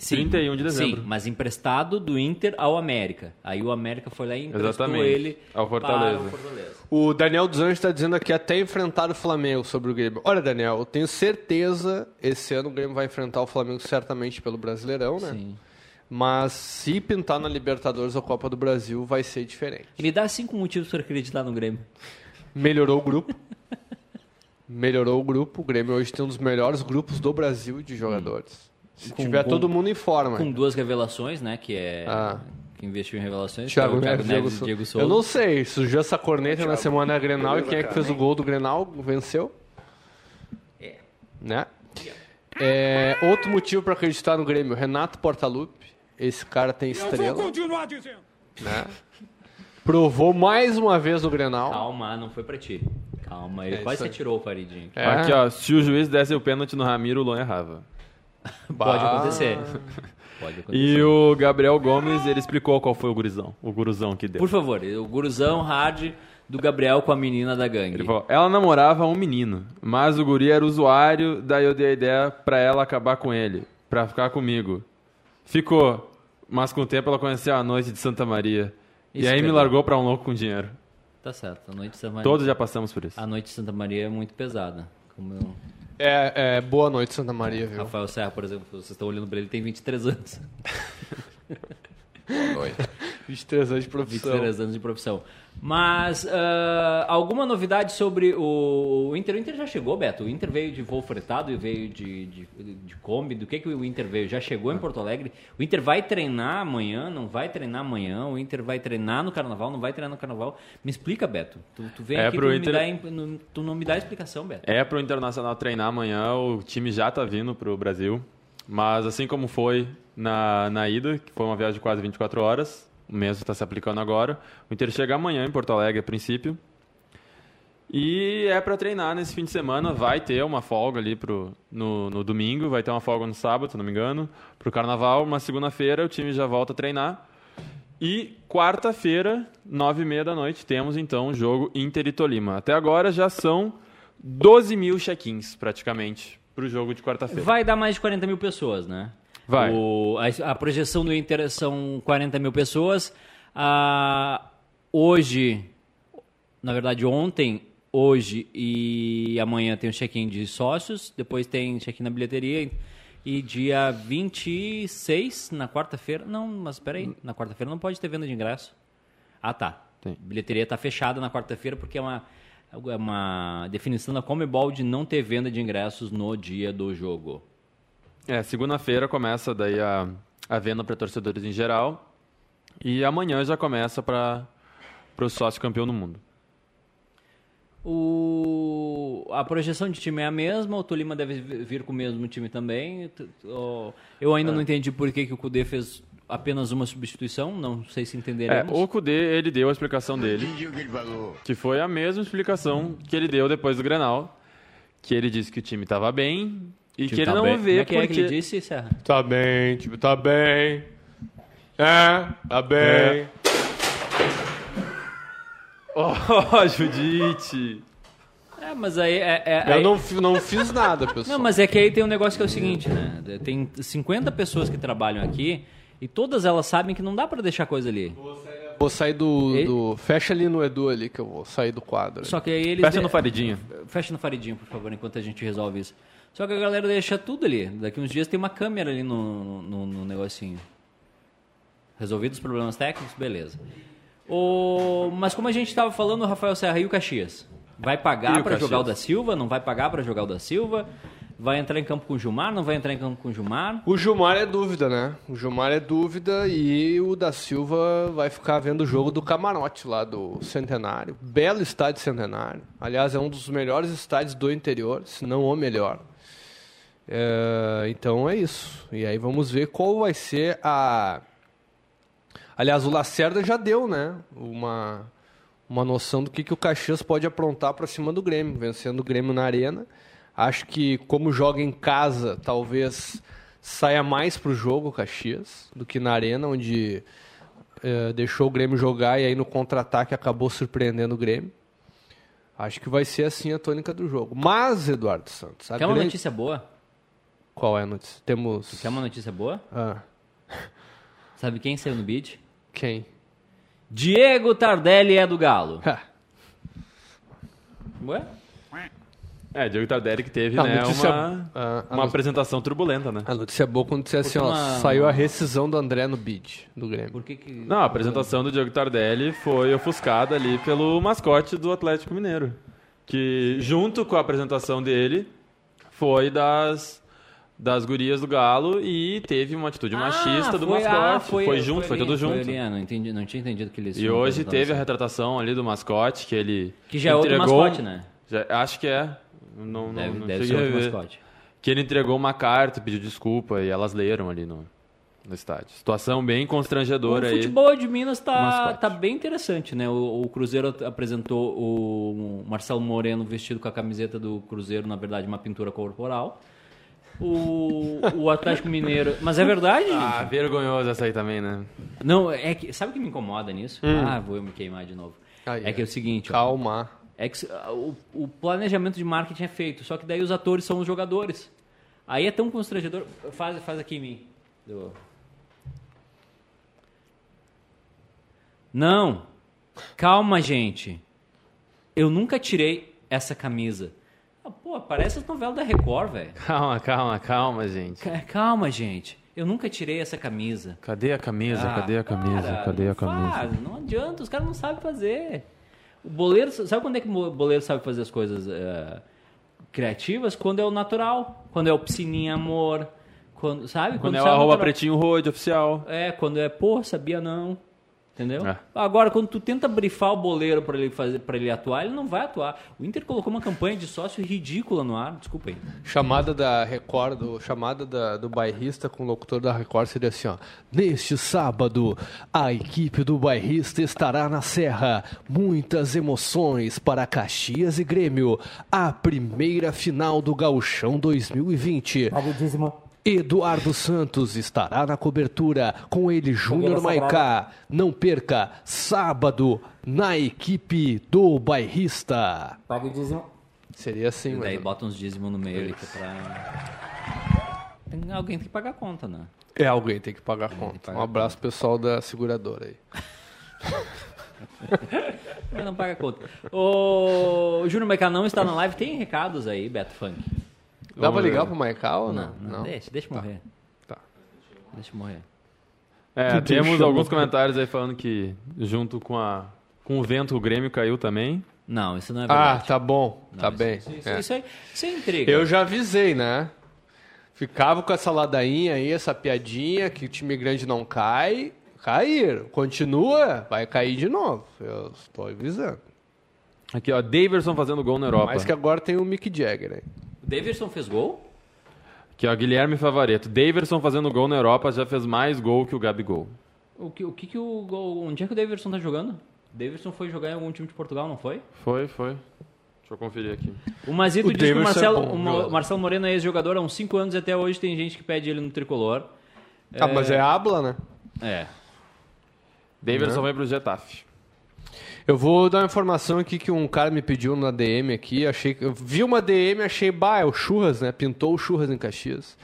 31 de dezembro. Sim, mas emprestado do Inter ao América. Aí o América foi lá e emprestou Exatamente. ele Ao Fortaleza. para o Fortaleza. O Daniel dos Anjos tá dizendo aqui até enfrentar o Flamengo sobre o Grêmio. Olha, Daniel, eu tenho certeza esse ano o Grêmio vai enfrentar o Flamengo certamente pelo Brasileirão, né? Sim. Mas se pintar na Libertadores ou Copa do Brasil, vai ser diferente. Ele dá cinco motivos para acreditar no Grêmio. Melhorou o grupo. Melhorou o grupo. O Grêmio hoje tem um dos melhores grupos do Brasil de jogadores. Se Com- tiver Hum. com- todo mundo em forma. Com duas revelações, né? Que é. Ah. Que investiu em revelações. que é Thiago o Neves, Diego, e Souza. Diego Eu Souza. não sei, surgiu essa corneta na semana Grenal e quem é que fez o gol do Grenal, venceu. Né? É, outro motivo para acreditar no Grêmio, Renato Portaluppi. Esse cara tem Vou estrela, continuar dizendo. né? Provou mais uma vez no Grenal. Calma, não foi pra ti. Calma, ele É quase isso se aí. atirou o paridinho. É, Aqui, ó. Se o juiz desse o pênalti no Ramiro, o Luan errava. Pode bah. acontecer. Pode acontecer. E o Gabriel Gomes, ele explicou qual foi o gurizão. O guruzão que deu. Por favor, o guruzão hard do Gabriel com a menina da gangue. Ele falou, ela namorava um menino, mas o guri era usuário, daí eu dei a ideia pra ela acabar com ele, pra ficar comigo. Ficou, mas com o tempo ela conheceu a noite de Santa Maria. e Isso aí que me é largou pra um louco com dinheiro. Tá certo, a noite de Santa Maria. Todos já passamos por isso. A noite de Santa Maria é muito pesada. Como eu- É, é, boa noite, Santa Maria, viu? Rafael Serra, por exemplo, vocês estão olhando pra ele, tem 23 anos. 23 anos de profissão. 23 anos de profissão. Mas ah, alguma novidade sobre o o Inter? O Inter já chegou, Beto? O Inter veio de voo fretado e veio de, de, de Kombi. Do que, que o Inter veio? Já chegou Ah. em Porto Alegre? O Inter vai treinar amanhã? Não vai treinar amanhã? O Inter vai treinar no Carnaval? Não vai treinar no Carnaval? Me explica, Beto. Tu, tu vem É aqui, tu, pro não Inter- me dá, imp- não- tu não me dá explicação, Beto. É pro Internacional treinar amanhã, o time já tá vindo pro Brasil. Mas assim como foi na, na ida, que foi uma viagem de quase 24 horas, o mesmo tá se aplicando agora. O Inter chega amanhã em Porto Alegre, a princípio. E é pra treinar nesse fim de semana, vai ter uma folga ali pro, no, no domingo, vai ter uma folga no sábado, se não me engano, pro carnaval, mas segunda-feira o time já volta a treinar. E quarta-feira, nove e meia da noite, temos então o jogo Inter e Tolima. Até agora já são 12 mil check-ins, praticamente, pro jogo de quarta-feira. Vai dar mais de 40 mil pessoas, né? Vai. O- a, a projeção do Inter são 40 mil pessoas. Ah, hoje, na verdade ontem, hoje e amanhã tem o check-in de sócios, depois tem check-in na bilheteria. E dia 26, na quarta-feira. Não, mas Hum. peraí. Na quarta-feira não pode ter venda de ingresso. Ah, tá. Tem. Bilheteria tá fechada na quarta-feira porque é uma, é uma definição da Comebol de não ter venda de ingressos no dia do jogo. É, segunda-feira começa daí a, a venda para torcedores em geral. E amanhã já começa para o sócio campeão do mundo. O... A projeção de time é a mesma, o Tolima deve vir com o mesmo time também. T- t- o- Eu É. ainda não entendi por que, que o Kudê fez apenas uma substituição, não sei se É, entenderemos. o Kudê, ele deu a explicação dele, Entendi o que ele falou. que foi a mesma explicação que ele deu depois do Grenal, que ele disse que o time estava tá bem e que ele não vê Como é que ele porque... disse, Serra? Tá bem, tipo, tá bem. É, tá bem. Oh, Judite! É, mas aí... É, é- Eu aí- não, fi- não fiz nada, pessoal. Não, mas é que aí tem um negócio que é o seguinte, né? Tem 50 pessoas que trabalham aqui e todas elas sabem que não dá pra deixar coisa ali. Vou sair do, Ei. do- Fecha ali no Edu ali que eu vou sair do quadro. Só que aí eles... Fecha no faridinho. Fecha no faridinho, por favor, enquanto a gente resolve isso. Só que a galera deixa tudo ali. Daqui uns dias tem uma câmera ali no, no, no negocinho. Resolvidos os problemas técnicos? Beleza. O... Mas como a gente estava falando, o Rafael Serra e o Caxias. Vai E pagar o para jogar o Caxias? da Silva? Não vai pagar para jogar o da Silva? Vai entrar em campo com o Gilmar? Não vai entrar em campo com o Gilmar? O Gilmar é dúvida, né? O Gilmar é dúvida e o da Silva vai ficar vendo o jogo do camarote lá do Centenário. Belo estádio Centenário. Aliás, é um dos melhores estádios do interior, se não o melhor. É, então é isso. E aí vamos ver qual vai ser a. Aliás, o Lacerda já deu, né? Uma, uma noção do que, que o Caxias pode aprontar para cima do Grêmio, vencendo o Grêmio na arena. Acho que, como joga em casa, talvez saia mais pro jogo o Caxias do que na arena, onde eh, deixou o Grêmio jogar e aí no contra-ataque acabou surpreendendo o Grêmio. Acho que vai ser assim a tônica do jogo. Mas, Eduardo Santos, a Quer uma grande- notícia boa? qual é a notícia? Temos. Quer uma notícia boa? Ah, Sabe quem saiu no bid? quem? Diego Tardelli é do Galo. Ha. Ué? É, Diego Tardelli que teve, Não, né, notícia- uma, Ah, a uma no- apresentação turbulenta, né? A notícia boa quando disser assim, ó, Uma- saiu a rescisão do André no bid do Grêmio. Por que que... Não, a apresentação do Diego Tardelli foi ofuscada ali pelo mascote do Atlético Mineiro, que junto com a apresentação dele foi das das gurias do Galo e teve uma atitude machista do foi- mascote. ah, foi, junto, foi, ali, tudo junto. ali, ah, não, entendi, não tinha entendido que eles. e tinham hoje apresentado teve a assim. retratação ali do mascote que ele Que já é outro entregou- mascote, né? Já- acho que é. Não, não, Deve, não deve ser cheguei a outro ver. mascote. Que ele entregou uma carta, pediu desculpa e elas leram ali no, no estádio. Situação bem O constrangedora aí. futebol de Minas tá, Mascote. tá bem interessante, né? O, o Cruzeiro apresentou o Marcelo Moreno vestido com a camiseta do Cruzeiro, na verdade, uma pintura corporal. O, o Atlético Mineiro. Mas é verdade, gente. Ah, vergonhoso essa aí também, né? Não, é que. Sabe o que me incomoda nisso? Ah, vou eu me queimar de novo. Hum. Ai, é que é o seguinte, ó. Calma. É que se- ah, o, o planejamento de marketing é feito, só que daí os atores são os jogadores. Aí é tão constrangedor. Faz, faz aqui em mim. Do- Não! Calma, gente. Eu nunca tirei essa camisa. Ah, pô, parece as novelas da Record, velho. Calma, calma, calma, gente. Ca- Calma, gente. Eu nunca tirei essa camisa. Cadê a camisa? Ah, Cadê a camisa? para, Cadê não a camisa? Faz, não adianta, os caras não sabem fazer. O boleiro, sabe quando é que o boleiro sabe fazer as coisas eh, criativas? Quando é o natural, quando é o piscininha amor, quando, sabe? Quando é o sai arroba natural. pretinho road oficial. É, quando é, pô, sabia não. Entendeu? É. Agora, quando tu tenta brifar o boleiro pra ele, fazer, pra ele atuar, ele não vai atuar. O Inter colocou uma campanha de sócio ridícula no ar, desculpa aí. Chamada da Record, do- chamada da- do bairrista com o locutor da Record seria assim, ó. Neste sábado, a equipe do bairrista estará na Serra. Muitas emoções para Caxias e Grêmio. A primeira final do Gauchão 2020. Eduardo Santos estará na cobertura com ele Júnior Maicá. Não perca, sábado, na equipe do bairrista. Seria assim, Daí mas... bota uns dízimos no meio ali que é pra. Tem- alguém tem que pagar a conta, né? É, alguém tem que pagar a conta. Um abraço pessoal da seguradora aí. Mas não paga a conta. O Júnior Maiká não está na live. Tem recados aí, Beto Funk? Dá pra Vamos ligar ver. pro Maical ou Não, não? não, deixa, deixa morrer. Tá. Deixa morrer. É, temos alguns comentários aí falando que junto com a com o vento o Grêmio caiu também. Não, isso não é Ah, verdade. tá bom. tá Não, isso- bem. Isso, isso, É. isso é, isso é intriga. Eu já avisei, né? Ficava com essa ladainha aí, essa piadinha que o time grande não cai. Cair. Continua, vai cair de novo. Eu estou avisando. Aqui, ó, Daverson fazendo gol na Europa. Mas que agora tem o Mick Jagger aí. O Davidson fez gol? Aqui, ó, Guilherme Favareto. Daverson fazendo gol na Europa já fez mais gol que o Gabigol. O que, o que que o gol... Onde é que o Davidson tá jogando? O Davidson foi jogar em algum time de Portugal, não foi? Foi, foi. Deixa eu conferir aqui. O Mazito O diz que o Davidson é Marcelo, bom o Ma- jogador. o Marcelo Moreno é ex-jogador há uns 5 anos e até hoje tem gente que pede ele no Tricolor. Ah, mas é habla, né? É. Daverson vai pro Getafe. Eu vou dar uma informação aqui que um cara me pediu na DM aqui. Achei, que- eu vi uma DM, achei, bah, é o Churras, né? Pintou o Churras em Caxias.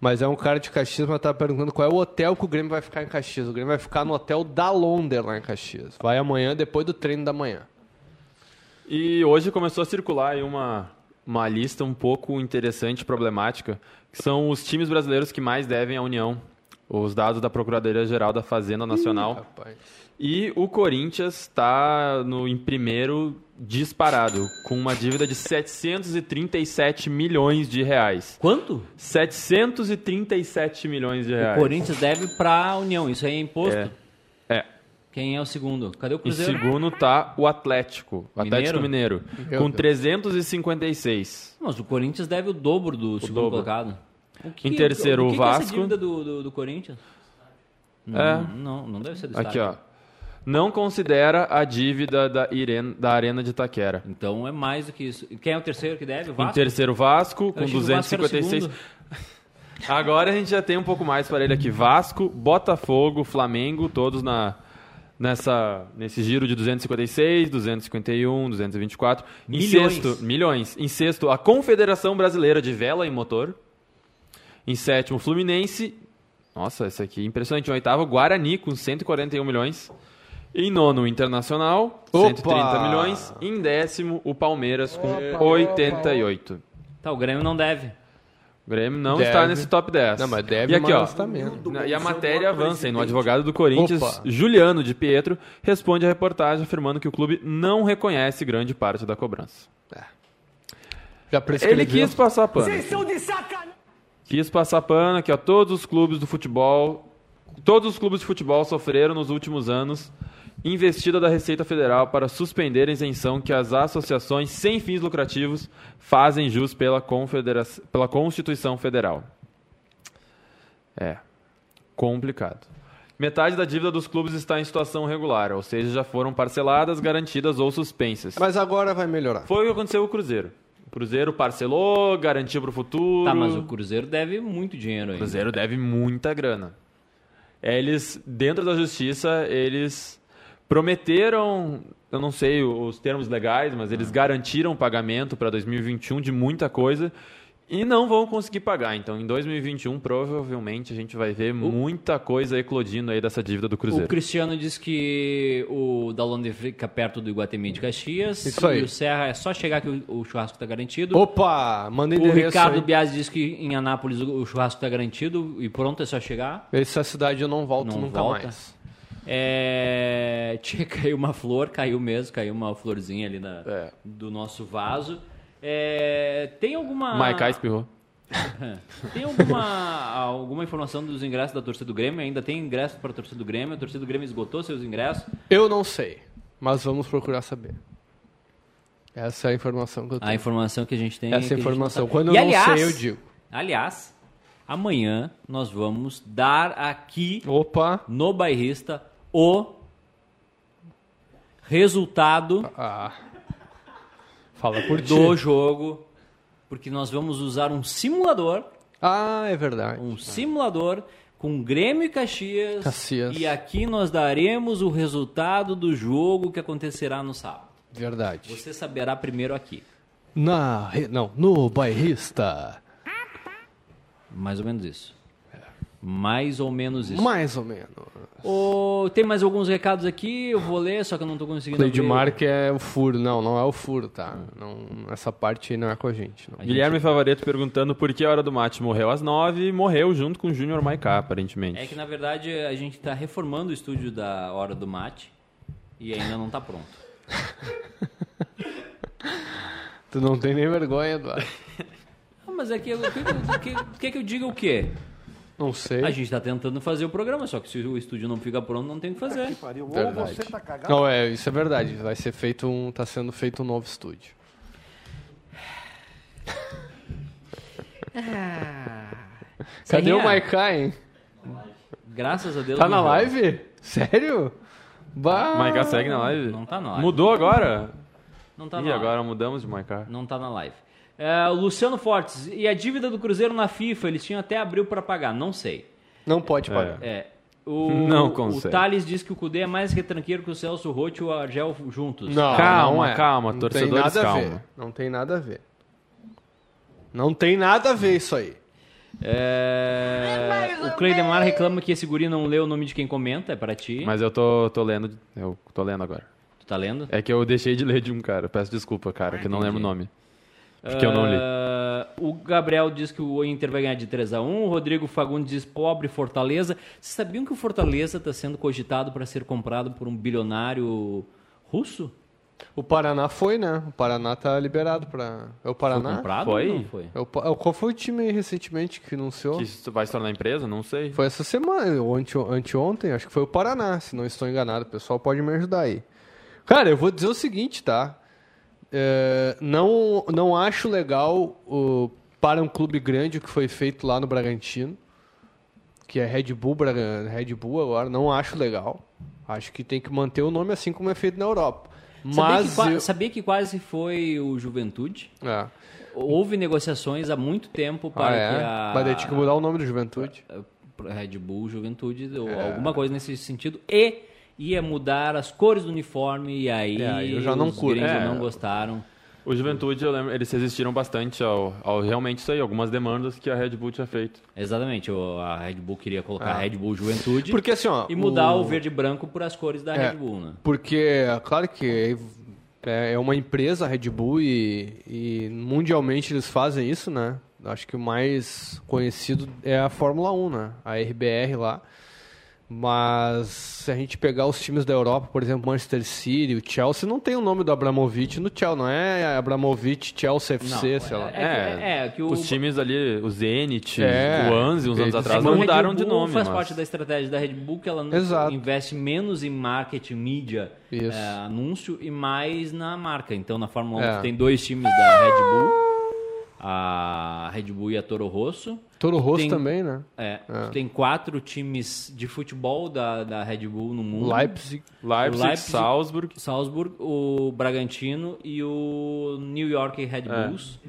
Mas é um cara de Caxias, mas tá perguntando qual é o hotel que o Grêmio vai ficar em Caxias. O Grêmio vai ficar no hotel da Londer lá em Caxias. Vai amanhã, depois do treino da manhã. E hoje começou a circular aí uma, uma lista um pouco interessante, problemática, que são os times brasileiros que mais devem à União. Os dados da Procuradoria-Geral da Fazenda Nacional. Rapaz. E o Corinthians está em primeiro disparado, com uma dívida de 737 milhões de reais. Quanto? 737 milhões de O reais. Corinthians deve pra União. Isso aí é imposto? É. É. Quem é o segundo? Cadê o Em Cruzeiro? segundo tá o Atlético, o Atlético Mineiro, Meu com Deus. 356. Mas o Corinthians deve o dobro do segundo dobro. colocado. O Em terceiro, o o que Que é essa Vasco. dívida do, do, do Corinthians? Não, É. não, não deve ser do Estado. Aqui, ó. Não considera a dívida da, Irene, da Arena de Itaquera. Então é mais do que isso. Quem é o terceiro que deve? O Em Vasco? terceiro, Vasco, com achei que o Vasco era o 256. segundo. Agora a gente já tem um pouco mais para ele aqui. Vasco, Botafogo, Flamengo, todos na, nessa, nesse giro de 256, 251, 224. Milhões. Em sexto, milhões. Em sexto, a Confederação Brasileira de Vela e Motor. Em sétimo, Fluminense. Nossa, esse aqui é impressionante. Em oitavo, Guarani, com 141 milhões. Em nono, Internacional, Opa! 130 milhões. Em décimo, o Palmeiras, com 88. Tá, o Grêmio não deve. O Grêmio não Deve. está nesse top 10. Não, mas deve, e aqui, mas ó, tá mesmo. na- E a matéria avança, hein? No advogado do Corinthians, Opa. Juliano de Pietro, responde à reportagem afirmando que o clube não reconhece grande parte da cobrança. Já Ele prescreveu. quis passar pano. de sacanagem! Quis passar pano aqui, ó. Todos os clubes do futebol. Todos os clubes de futebol sofreram nos últimos anos investida da Receita Federal para suspender a isenção que as associações sem fins lucrativos fazem jus pela, confedera- pela Constituição Federal. É. Complicado. Metade da dívida dos clubes está em situação regular, ou seja, já foram parceladas, garantidas ou suspensas. Mas agora vai melhorar. Foi o que aconteceu com o Cruzeiro. O Cruzeiro parcelou, garantiu para o futuro. Tá, mas o Cruzeiro deve muito dinheiro aí. O um Cruzeiro deve muita grana. Eles, dentro da justiça, eles prometeram, eu não sei os termos legais, mas eles garantiram pagamento para 2021 de muita coisa e não vão conseguir pagar. Então, em 2021, provavelmente a gente vai ver muita coisa eclodindo aí dessa dívida do O Cruzeiro. Cristiano diz que o Dalonde fica perto do Iguatemi de Caxias. Isso aí. E o Serra é só chegar que o, o churrasco tá garantido. Opa, manda o endereço Ricardo aí. Biasi diz que em Anápolis o o churrasco tá garantido e pronto, é só chegar. Essa cidade eu não volto Não nunca volta. mais. É... Tinha caiu uma flor, caiu mesmo, caiu uma florzinha ali na- É. do nosso vaso. É, Tem alguma. Maiká espirrou. Tem alguma, alguma informação dos ingressos da torcida do Grêmio? Ainda tem ingresso para a torcida do Grêmio? A torcida do Grêmio esgotou seus ingressos? Eu não sei, mas vamos procurar saber. Essa é a informação que eu tenho. A informação que a gente tem. é Essa que a gente informação. não sabe. Quando eu E, não aliás, sei, eu digo. Aliás, amanhã nós vamos dar aqui Opa, no bairrista o resultado. ah. Fala por ti. do jogo, porque nós vamos usar um simulador, Ah, é verdade. um simulador com Grêmio e Caxias, Caxias. e aqui nós daremos o resultado do jogo que acontecerá no sábado. Verdade. Você saberá primeiro aqui, Na, re- não, no bairrista. mais ou menos isso. Mais ou menos isso. Mais ou menos. Ô, tem mais alguns recados aqui, eu vou ler, só que eu não tô conseguindo abrir. Cleidmark é o furo. Não, não é o furo, tá? Não, essa parte aí não é com a gente. não. Guilherme Favareto perguntando por que a hora do mate morreu às nove e morreu junto com o Júnior Maiká, aparentemente. É que na verdade a gente tá reformando o estúdio da Hora do Mate e ainda não tá pronto. Tu não tem nem vergonha, Eduardo. Ah, mas é que eu- o que, o que, o que que eu digo é o quê? Não sei. A gente tá tentando fazer o programa, só que se o estúdio não fica pronto, não tem o que fazer. Pariu, ou Verdade. você tá cagado. Não, é, isso é verdade. Vai ser feito um. Tá sendo feito um novo estúdio. Cadê Serrinha, o Maiká, hein? Graças a Deus. Tá na morreu. live? Sério? Bah. Ah, Maiká segue na live? Não tá na live. Mudou agora? Não tá Ih, na live. agora mudamos de Maiká. Não tá na live. É, o Luciano Fortes, e a dívida do Cruzeiro na FIFA, eles tinham até abril pra pagar, não sei. Não pode pagar. É. O, Não O consegue. Thales diz que o Cudê é mais retranqueiro que o Celso Roth e o Argel juntos. Não, Calma, não é. calma, não tem torcedores, nada A ver. calma. Não tem nada a ver. Não tem nada a ver isso aí. É, o Cleidemar reclama que esse guri não lê o nome de quem comenta, é pra ti. Mas eu tô, tô lendo, eu tô lendo agora. Tu tá lendo? É que eu deixei de ler de um cara, peço desculpa, cara, que eu não lembro o nome. Porque eu não li. Ah, O Gabriel diz que o Inter vai ganhar de 3 a 1 O Rodrigo Fagundes diz pobre Fortaleza. Vocês sabiam que o Fortaleza está sendo cogitado para ser comprado por um bilionário russo? O Paraná foi, né? O Paraná tá liberado pra. É o Paraná? comprado? Foi? ou Não foi. É o Pa- é o- Qual foi o time recentemente que anunciou? Que isso vai se tornar empresa? Não sei. Foi essa semana, ou ante, anteontem, acho que foi o Paraná, se não estou enganado. O pessoal pode me ajudar aí. Cara, eu vou dizer o seguinte, tá? É, não, não acho legal o, para um clube grande o que foi feito lá no Bragantino, que é Red Bull, Bragan- Red Bull agora. Não acho legal. Acho que tem que manter o nome assim como é feito na Europa. Sabia, que, Mas. qua- eu- sabia que quase foi o Juventude? É. Houve negociações há muito tempo Ah, para que é? a Mas daí tinha que mudar o nome do Juventude. pra eh, Red Bull, Juventude, ou É. alguma coisa nesse sentido. E ia mudar as cores do uniforme e aí É, eu já não os curto. gringos É. não gostaram. O Juventude, eu lembro, eles resistiram bastante ao, ao realmente isso aí, algumas demandas que a Red Bull tinha feito. Exatamente, o- a Red Bull queria colocar Red Bull Juventude É. Porque assim, ó. e mudar o... verde e branco por as cores da É. Red Bull, né? Porque, claro que é é uma empresa, a Red Bull, e, e mundialmente eles fazem isso, né? Acho que o mais conhecido é a Fórmula 1, né? A RBR lá. Mas se a gente pegar os times da Europa, por exemplo, Manchester City, o Chelsea, não tem o nome do Abramovich no Chelsea, não é Abramovich, Chelsea FC, Não, sei lá. É que- é que o- os times ali, o Zenit, É. o Anzi, uns Eles- anos Então, Mas atrás, não a Red mudaram Bull de nome. Faz mas- parte da estratégia da Red Bull que ela n- Exato. investe menos em marketing, mídia, Isso. eh, anúncio e mais na marca. Então na Fórmula 1 É. tu tem dois times da Red Bull, a Red Bull e a Toro Rosso. Toro Rosso Tem- também, né? É, tu tem quatro times de futebol da, da Red Bull no mundo. Leipzig. Leipzig, Leipzig- Salzburg. Salzburg, o Bragantino e o New York Red É, Bulls.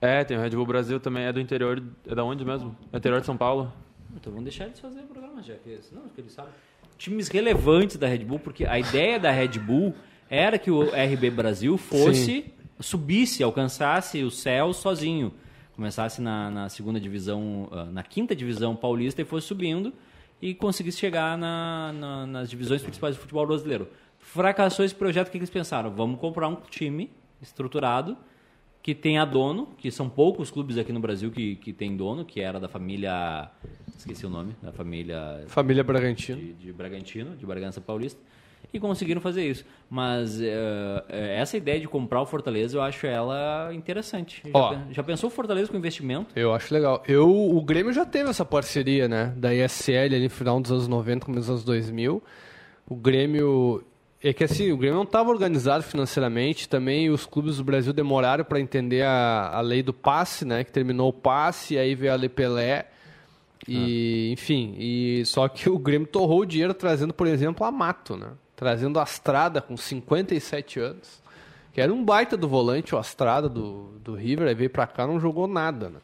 É, tem o Red Bull Brasil também, é do interior, é da onde mesmo? É interior de São Paulo? Então vamos deixar eles fazerem o programa já, que senão acho que eles sabem. Times relevantes da Red Bull, porque a ideia da Red Bull era que o RB Brasil fosse, subisse, alcançasse o céu sozinho. Começasse na, na segunda divisão, ah, na quinta divisão paulista e fosse subindo e conseguisse chegar na- na- nas divisões principais do futebol brasileiro. Fracassou esse projeto, o que que eles pensaram? Vamos comprar um time estruturado que tenha dono, que são poucos clubes aqui no Brasil que, que tem dono, que era da família. Esqueci o nome, da família Família Bragantino. de, de Bragantino, de Bragança Paulista, e conseguiram fazer isso. Mas eh, eh, essa ideia de comprar o Fortaleza eu acho ela interessante. Já, Ó. pen- já pensou o Fortaleza com investimento? Eu acho legal. Eu, o Grêmio já teve essa parceria, né? Da ISL ali no final dos anos 90, começo dos anos 2000. O Grêmio. É que assim, o Grêmio não estava organizado financeiramente. Também os clubes do Brasil demoraram para entender a, a lei do passe, né? Que terminou o passe, aí veio a Lei Pelé. E, enfim, e só que o Grêmio torrou o dinheiro trazendo, por exemplo, a Mato, né? Trazendo a Astrada com 57 anos. Que era um baita do volante, o Astrada do, do River, aí veio pra cá não jogou nada, né?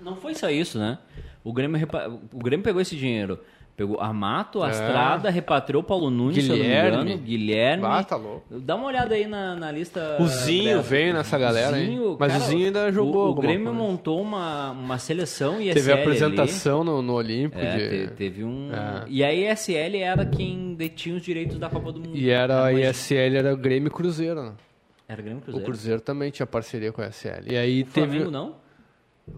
Não foi só isso, né? O Grêmio, repa- o Grêmio pegou esse dinheiro, Pegou Amato, Astrada, repatriou Paulo Nunes, se eu não É. Guilherme. me engano, Guilherme. Ah, tá louco. Dá uma olhada aí na, na lista. O Zinho dela. veio nessa galera, hein? Zinho, Mas cara, o Zinho ainda jogou O, o alguma Grêmio coisa. montou uma, uma seleção ISL. Teve a ali. apresentação no, no Olímpico É, de- te- teve um. é. E a ISL era quem detinha os direitos da Copa do Mundo. E era a Mas- ISL, era o Grêmio e Cruzeiro, né? Era Grêmio e O Cruzeiro. Cruzeiro também tinha parceria com a ISL. E aí O teve. Flamengo não?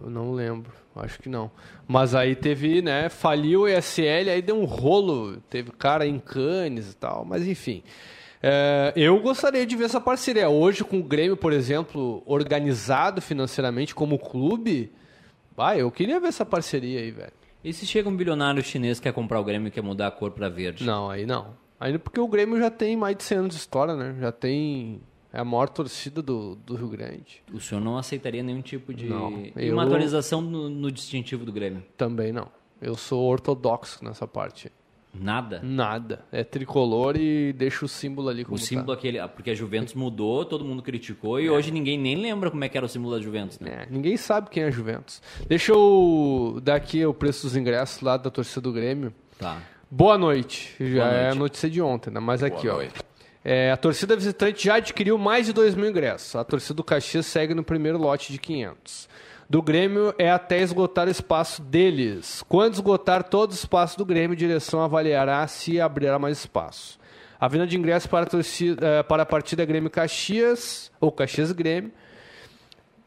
Eu não lembro, acho que não. Mas aí teve, né? Faliu o ESL, aí deu um rolo, teve cara em Cannes e tal, mas enfim. É, eu gostaria de ver essa parceria. Hoje, com o Grêmio, por exemplo, organizado financeiramente como clube, bah, eu queria ver essa parceria aí, velho. E se chega um bilionário chinês que quer comprar o Grêmio e quer mudar a cor pra verde? Não, aí não. Ainda porque o Grêmio já tem mais de 100 anos de história, né? Já tem. É a maior torcida do, do Rio Grande. O senhor não aceitaria nenhum tipo de. Não, e eu- uma atualização no, no distintivo do Grêmio? Também não. Eu sou ortodoxo nessa parte. Nada. Nada. É tricolor e deixa o símbolo ali como O símbolo tá. aquele. ah, Porque a Juventus mudou, todo mundo criticou e hoje ninguém nem lembra como é que era o símbolo da Juventus, né? É, ninguém sabe quem é a Juventus. Deixa eu dar aqui o preço dos ingressos lá da torcida do Grêmio. Tá. Boa noite. Já Boa é a noite. notícia de ontem, né? Mas aqui, ó. É, a torcida visitante já adquiriu mais de 2 mil ingressos. A torcida do Caxias segue no primeiro lote de 500. Do Grêmio é até esgotar o espaço deles. Quando esgotar todo o espaço do Grêmio, a direção avaliará se abrirá mais espaço. A venda de ingressos para a, torcida, eh, para a partida Grêmio Caxias, ou Caxias e Grêmio,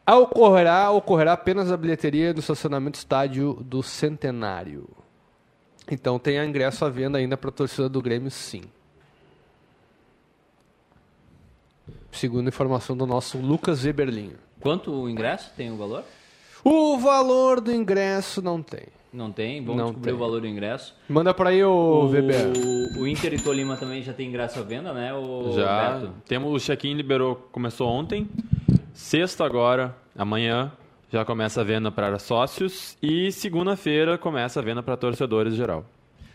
a ocorrerá, ocorrerá apenas a bilheteria do estacionamento estádio do Centenário. Então tem ingresso à venda ainda para a torcida do Grêmio, sim. Segundo a informação do nosso Lucas Weberlinho. Quanto o ingresso tem o valor? O valor do ingresso não tem. Não tem? Vamos Não descobrir tem. o valor do ingresso. Manda para aí, ô Weber. O, o Inter e Tolima também já tem ingresso à venda, né? O Já. Beto? Temos o check-in liberou, começou ontem. Sexta agora, amanhã já começa a venda para sócios e segunda-feira começa a venda para torcedores geral.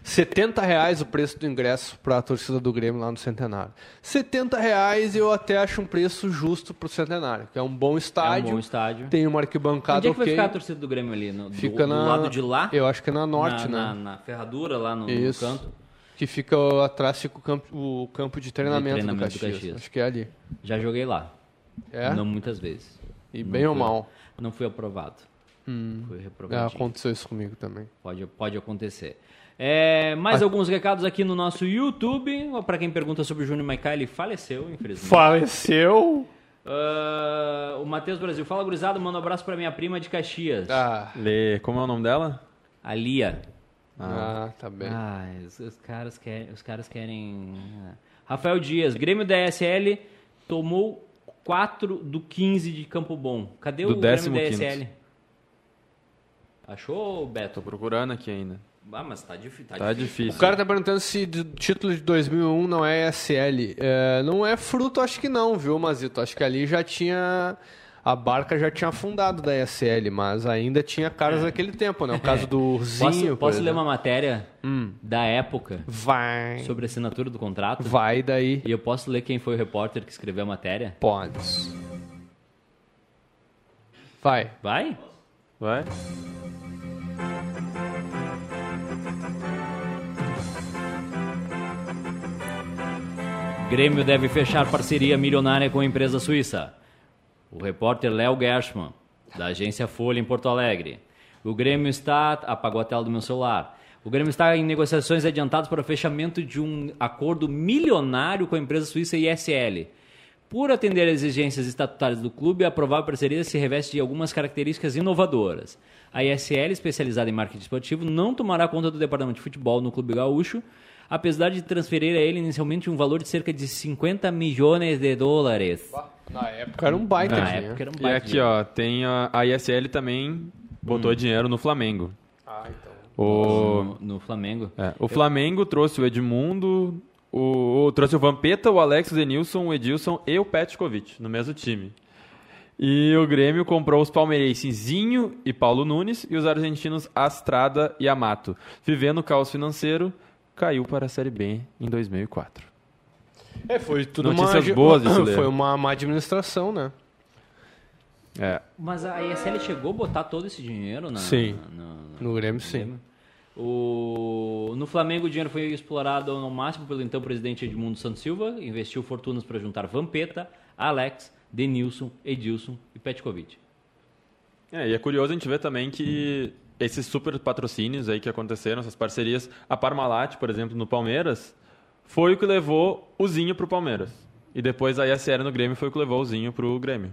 70 reais o preço do ingresso para a torcida do Grêmio lá no Centenário. 70 reais eu até acho um preço justo para o Centenário, que é um bom É um estádio. bom estádio. Tem uma Onde arquibancada é que vai ok. ficar a torcida do Grêmio ali? No, do- Fica do, na- lado de lá? Eu acho que é na norte, na, né? na- na ferradura lá no, no Isso. canto. Que fica atrás fica o campo, o campo de treinamento, De treinamento do, do Caxias. Caxias. Acho que é ali. Já joguei lá. É? Não muitas vezes. e bem ou fui. mal. Não fui aprovado. Fui É, reprovado. aconteceu isso comigo também. Pode, pode acontecer. É, mais alguns recados aqui no nosso YouTube. Pra quem pergunta sobre o Júnior Maiká, ele faleceu, infelizmente. Faleceu? Ah, o Matheus Brasil. Fala, gurizada. Manda um abraço pra minha prima de Caxias. Ah, Lê, como é o nome dela? A Lia. ah, tá bem. Ah, os, os caras querem, os caras querem. ah. Rafael Dias, Grêmio da SL tomou 4 do 15 de Campo Bom. Cadê Do o Grêmio da 15º? SL? Achou, Beto? Tô procurando aqui ainda. Ah, mas tá, difí- tá Tá difícil. difícil. O cara tá perguntando se o título de 2001 não é SL. É, não é fruto, acho que não, viu, Mazito? Acho que ali já tinha... A barca já tinha afundado da SL, mas ainda tinha caras daquele tempo, né? O caso do É. Posso, Zinho, por posso ler exemplo. uma matéria da época Vai, sobre a assinatura do contrato? vai daí. E eu posso ler quem foi o repórter que escreveu a matéria? Pode. Vai. Vai? Vai? Grêmio deve fechar parceria milionária com a empresa suíça. O repórter Léo Gershman, da agência Folha em Porto Alegre. O Grêmio está. Apagou a tela do meu celular. O Grêmio está em negociações adiantadas para o fechamento de um acordo milionário com a empresa suíça ISL. Por atender às exigências estatutárias do clube, a provável parceria se reveste de algumas características inovadoras. A ISL, especializada em marketing esportivo, não tomará conta do departamento de futebol no Clube Gaúcho, apesar de transferir a ele inicialmente um valor de cerca de 50 milhões de dólares. Na época era um baita, Na dinheiro. época era um E baita aqui, ó, tem a, a ISL também botou dinheiro no Flamengo. Ah, então. O, no, no Flamengo. é, o Flamengo trouxe o Edmundo, o, o- trouxe o Vampeta, o Alex Denilson, o Edilson e o Petkovic no mesmo time. E o Grêmio comprou os palmeirenses Zinho e Paulo Nunes e os argentinos Astrada e Amato. Vivendo o caos financeiro, caiu para a Série B em 2004. É, foi tudo Notícias uma... boas isso daí. Foi uma má administração, né? É, Mas a ISL chegou a botar todo esse dinheiro na. Sim. na- na- No Grêmio, sim. O... No Flamengo, o dinheiro foi explorado ao máximo pelo então presidente Edmundo Santos Silva, investiu fortunas para juntar Vampeta, Alex, Denilson, Edilson e Petkovic. É, e é curioso a gente ver também que esses super patrocínios aí que aconteceram, essas parcerias, a Parmalat, por exemplo, no Palmeiras, foi o que levou o Zinho pro Palmeiras. E depois a ISL no Grêmio foi o que levou o Zinho pro Grêmio.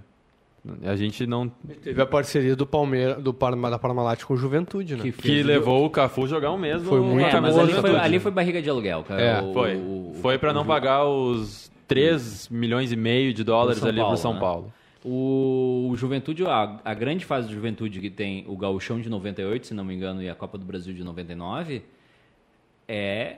A gente não... Teve a parceria do Palmeiras, do Parma, da Parmalat com o Juventude, né? Que Que levou o Cafu jogar um mês Foi no muito É, mas Camisa ali do foi, Juventude. ali foi barriga de aluguel, cara. É, O- Foi. o- Foi para não pagar os 3 milhões e meio de dólares São ali Paulo, pro São né? Paulo. O, o Juventude, a, a grande fase do Juventude que tem o Gauchão de 98, se não me engano, e a Copa do Brasil de 99, é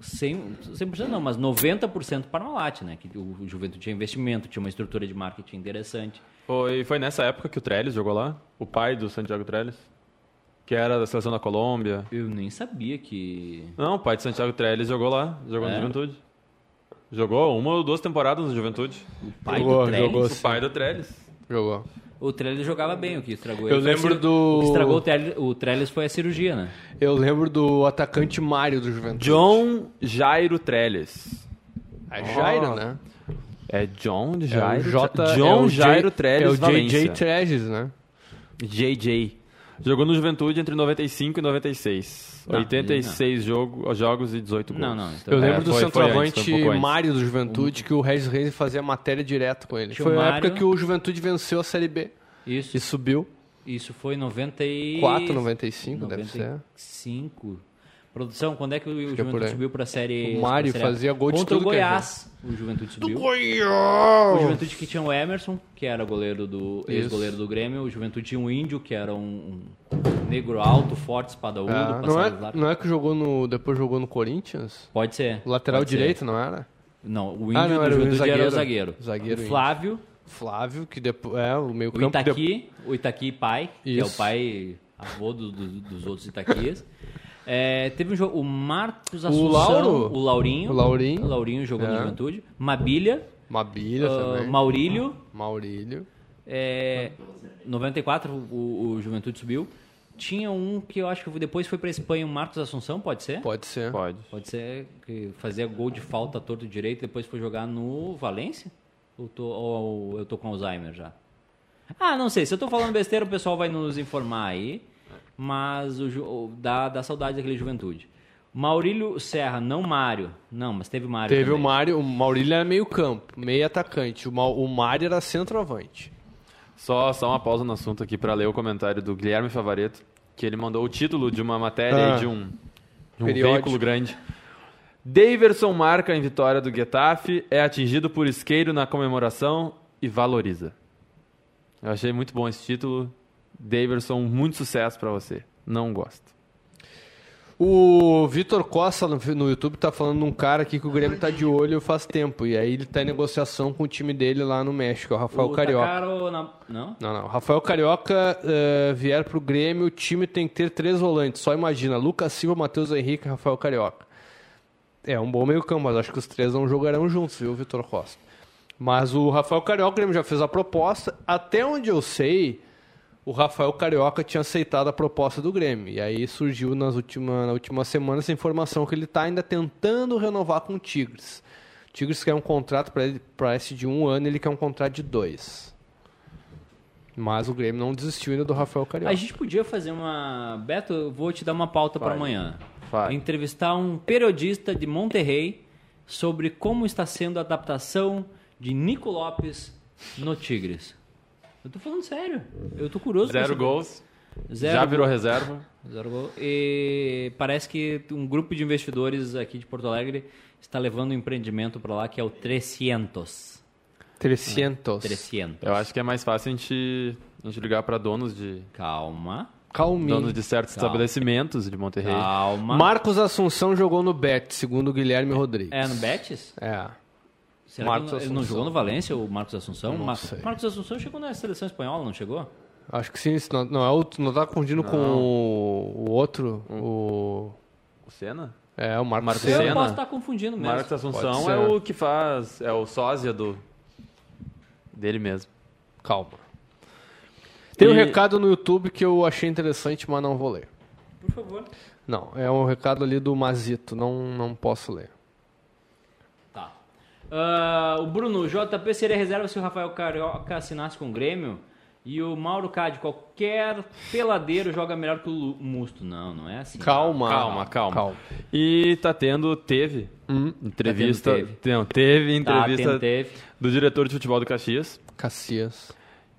100%, 100% não, mas 90% Parmalat, né? Que o, o Juventude tinha investimento, tinha uma estrutura de marketing interessante. Foi, foi nessa época que o Trellis jogou lá? O pai do Santiago Trellis? Que era da seleção da Colômbia. Eu nem sabia que... Não, o pai de Santiago Trellis jogou lá, jogou É? no Juventude. Jogou uma ou duas temporadas no Juventude. Pai Jogou, do Trellis. jogou. O pai do Trellis. Jogou. O Trellis jogava bem, o que estragou Eu ele foi a lembro cirurgia. do- O que estragou o Trellis, o Trellis foi a cirurgia, né? Eu lembro do atacante Mário do Juventude. John Jairo Trellis. É Jairo, né? É John É o Jairo. J- é John o J- Jairo Trellis É o JJ Valência. Trellis, né? JJ. Jogou no Juventude entre 95 e 96. Não, 86 jogo- jogos e 18 gols. Não, não. Então, Eu É, lembro do foi- foi centroavante antes, foi um pouco antes. Mário do Juventude, que o Regis Reis fazia matéria direto com ele. Tinha o foi na Mário. época que o Juventude venceu a Série B Isso, e subiu. isso foi em 94, 4, 95, deve ser. 95. Produção, quando é que o é por Juventude aí. subiu pra série O Mário pra série A? fazia gol de Contra o tudo que era Goiás, o Juventude subiu. O Juventude que tinha o Emerson, que era goleiro do Isso. ex-goleiro do Grêmio, o Juventude tinha um índio que era um, um negro alto, forte, espadaúdo, Ah, não, passava é, os lados. não é que jogou no. Depois jogou no Corinthians? Pode ser. O lateral pode ser. direito, não era? Não, o Ah, índio não, do era o Juventude era o zagueiro. zagueiro. Zagueiro o índio. Flávio, Flávio, que depois. É, o meio o campo. de- Itaqui, o Itaqui pai, que é o Isso. pai avô do- do- dos outros Itaquias. É, teve um jogo, o Marcos Assunção, O Lauro? o Laurinho, O Laurinho. o Laurinho jogou É. no Juventude, Mabilha, Mabilha ah, também. Maurílio, Maurílio. É, 94 o, o Juventude subiu. Tinha um que eu acho que depois foi pra Espanha, o Marcos Assunção, pode ser? Pode ser. Pode. Pode ser que fazia gol de falta torto e direito, depois foi jogar no Valência? Ou, tô- ou eu tô com Alzheimer já? Ah, não sei. Se eu tô falando besteira, o pessoal vai nos informar aí. Mas o, Ju- o- dá, dá saudade daquele Juventude. Maurílio Serra, não Mário. Não, mas teve Mário. Teve também. o Mário. O Maurílio era meio campo, meio atacante. O, Ma- o Mário era centroavante. Só, só uma pausa no assunto aqui para ler o comentário do Guilherme Favareto, que ele mandou o título de uma matéria Ah. aí de um, de um Periódico. veículo grande. Daverson marca em vitória do Getafe, é atingido por isqueiro na comemoração e valoriza. Eu achei muito bom esse título. Daverson, muito sucesso para você. Não gosto. O Vitor Costa no, no YouTube tá falando de um cara aqui que o Grêmio tá de olho faz tempo. E aí ele tá em negociação com o time dele lá no México, é o Rafael O Carioca. Takaro na- Não? Não, não. Rafael Carioca eh, vier pro Grêmio, o time tem que ter três volantes. Só imagina, Lucas Silva, Matheus Henrique e Rafael Carioca. É um bom meio campo, mas acho que os três não jogarão juntos, viu, Vitor Costa? Mas o Rafael Carioca, o Grêmio já fez a proposta. Até onde eu sei, o Rafael Carioca tinha aceitado a proposta do Grêmio. E aí surgiu nas última, na última semana essa informação que ele está ainda tentando renovar com o Tigres. O Tigres quer um contrato para ele pra esse de um ano, ele quer um contrato de dois. Mas o Grêmio não desistiu ainda do Rafael A Carioca. gente podia fazer uma. Beto, eu vou te dar uma pauta para amanhã. Fale. Entrevistar um periodista de Monterrey sobre como está sendo a adaptação de Nico Lopes no Tigres. Eu tô falando sério. Eu tô curioso. pra Zero saber. gols, Zero já virou gol. reserva. Zero gol. E parece que um grupo de investidores aqui de Porto Alegre está levando um empreendimento para lá que é o 300. 300. 300. Eu acho que é mais fácil a gente, a gente ligar para donos de Calma. Calminho. donos de certos Calma. estabelecimentos de Monterrey. Calma. Marcos Assunção jogou no Bet, segundo o Guilherme Rodrigues. É no Betis? É. Será que ele não- ele Marcos não Assunção. jogou no Valência, o Marcos Assunção? Não Ma- sei. Marcos Assunção chegou na seleção espanhola, não chegou? Acho que sim. se Não, não, é o, não tá confundindo com o, o outro. O, O Senna? é, o Marcos Marcos Senna. Eu Senna? posso estar confundindo mesmo. Marcos Pode Assunção ser. é o que faz, é o sósia do dele mesmo. Calma. Tem um E- recado no YouTube que eu achei interessante, mas não vou ler. Por favor. Não, é um recado ali do Mazito, não, não posso ler. Tá. Ah, o Bruno, o JP seria reserva se o Rafael Carioca assinasse com o Grêmio. E o Mauro Cade, qualquer peladeiro joga melhor que o Lu- Musto. Não, não é assim. Ah, Calma. Calma, calma. E tá tendo, teve entrevista. Tá tendo, Não, teve Tá, entrevista tentei. do diretor de futebol do Caxias, Cacias.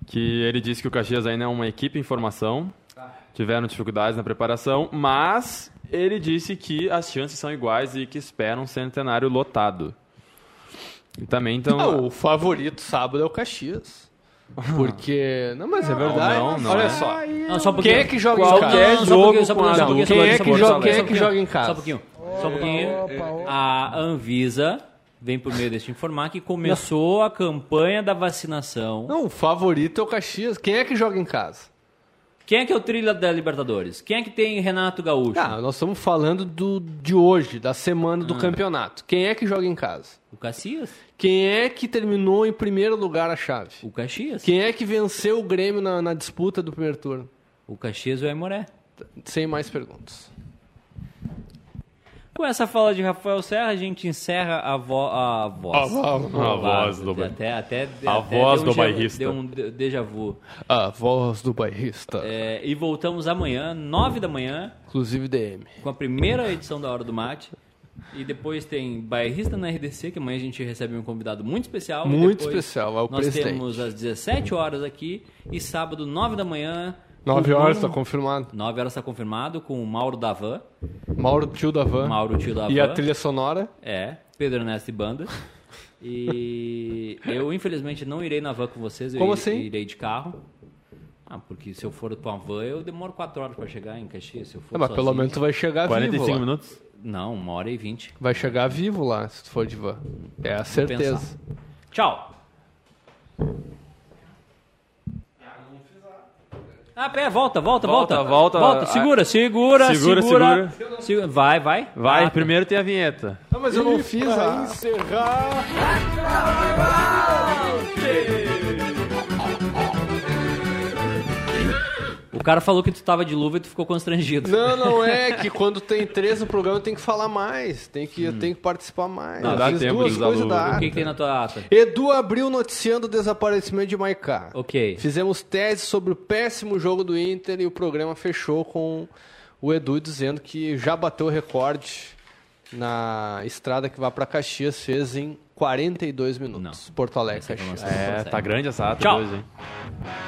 que ele disse que o Caxias ainda é uma equipe em formação. Tiveram dificuldades na preparação, mas ele disse que as chances são iguais e que espera um centenário lotado. E também então. Ah, o favorito sábado é o Caxias. Porque. Não, mas é verdade. não, não Olha é. só. Não, só um Quem pouquinho. é que joga em Qualquer casa? Não, não, não, só um jogo pouquinho, só um pouquinho, com só um a pouquinho, Azul. só um Quem é que pouquinho, joga- só um pouquinho, quem é só que um joga em casa? pouquinho, Só um pouquinho. Só um pouquinho. A Anvisa vem por meio deste informar que começou a campanha da vacinação. Não, o favorito é o Caxias. Quem é que joga em casa? Quem é que é o trilha da Libertadores? Quem é que tem Renato Gaúcho? Ah, nós estamos falando do, de hoje, da semana Ah. do campeonato. Quem é que joga em casa? O Caxias? Quem é que terminou em primeiro lugar a chave? O Caxias? Quem é que venceu o Grêmio na, na disputa do primeiro turno? O Caxias ou o Aimoré? Sem mais perguntas. Com essa fala de Rafael Serra, a gente encerra a, vo a voz. Ah, A voz do bairro. até, até, até A voz deu do um déjà- bairrista. Deu um de- déjà vu. A voz do bairrista. É, e voltamos amanhã, 9 da manhã, Inclusive DM. com a primeira edição da Hora do Mate. E depois tem Bairrista na RDC, que amanhã a gente recebe um convidado muito especial. E Muito depois especial, é o Nós presidente. temos às 17 horas aqui e sábado, 9 da manhã. com 9 o horas, tá Bruno- confirmado. 9 horas está confirmado com o Mauro Davan. Mauro Tio da Van. Mauro Tio Davan. E a trilha sonora. Ah, É, Pedro Ernesto e Banda. E eu, infelizmente, não irei na van com vocês. Eu Como irei, assim? irei de carro. Ah, porque se eu for com a van, eu demoro 4 horas pra chegar em Caxias. Se eu for Ah, mas sozinho- pelo menos tu vai chegar 45 vivo. lá. minutos? Não, uma hora e vinte. Vai chegar vivo lá, se tu for de van. É a certeza. Tchau. Ah, pé, volta, volta, volta. Volta, volta. Volta, segura, segura, segura. Segura, Segura. Vai, vai. Vai, Ah, tá. primeiro tem a vinheta. Não, mas eu não fiz a... O cara falou que tu tava de luva e tu ficou constrangido. Não, não é que quando tem três no programa tem que falar mais, tem que, tem que participar mais. Não, dá Fiz tempo duas de usar coisas o- da O que, ata. que tem na tua ata? Edu abriu noticiando o desaparecimento de Maiká. Ok. Fizemos tese sobre o péssimo jogo do Inter e o programa fechou com o Edu dizendo que já bateu o recorde na estrada que vai para Caxias, fez em 42 minutos. Porto Alegre, Essa informação Caxias. não É, procede. tá grande essa ata Tchau. hoje, hein?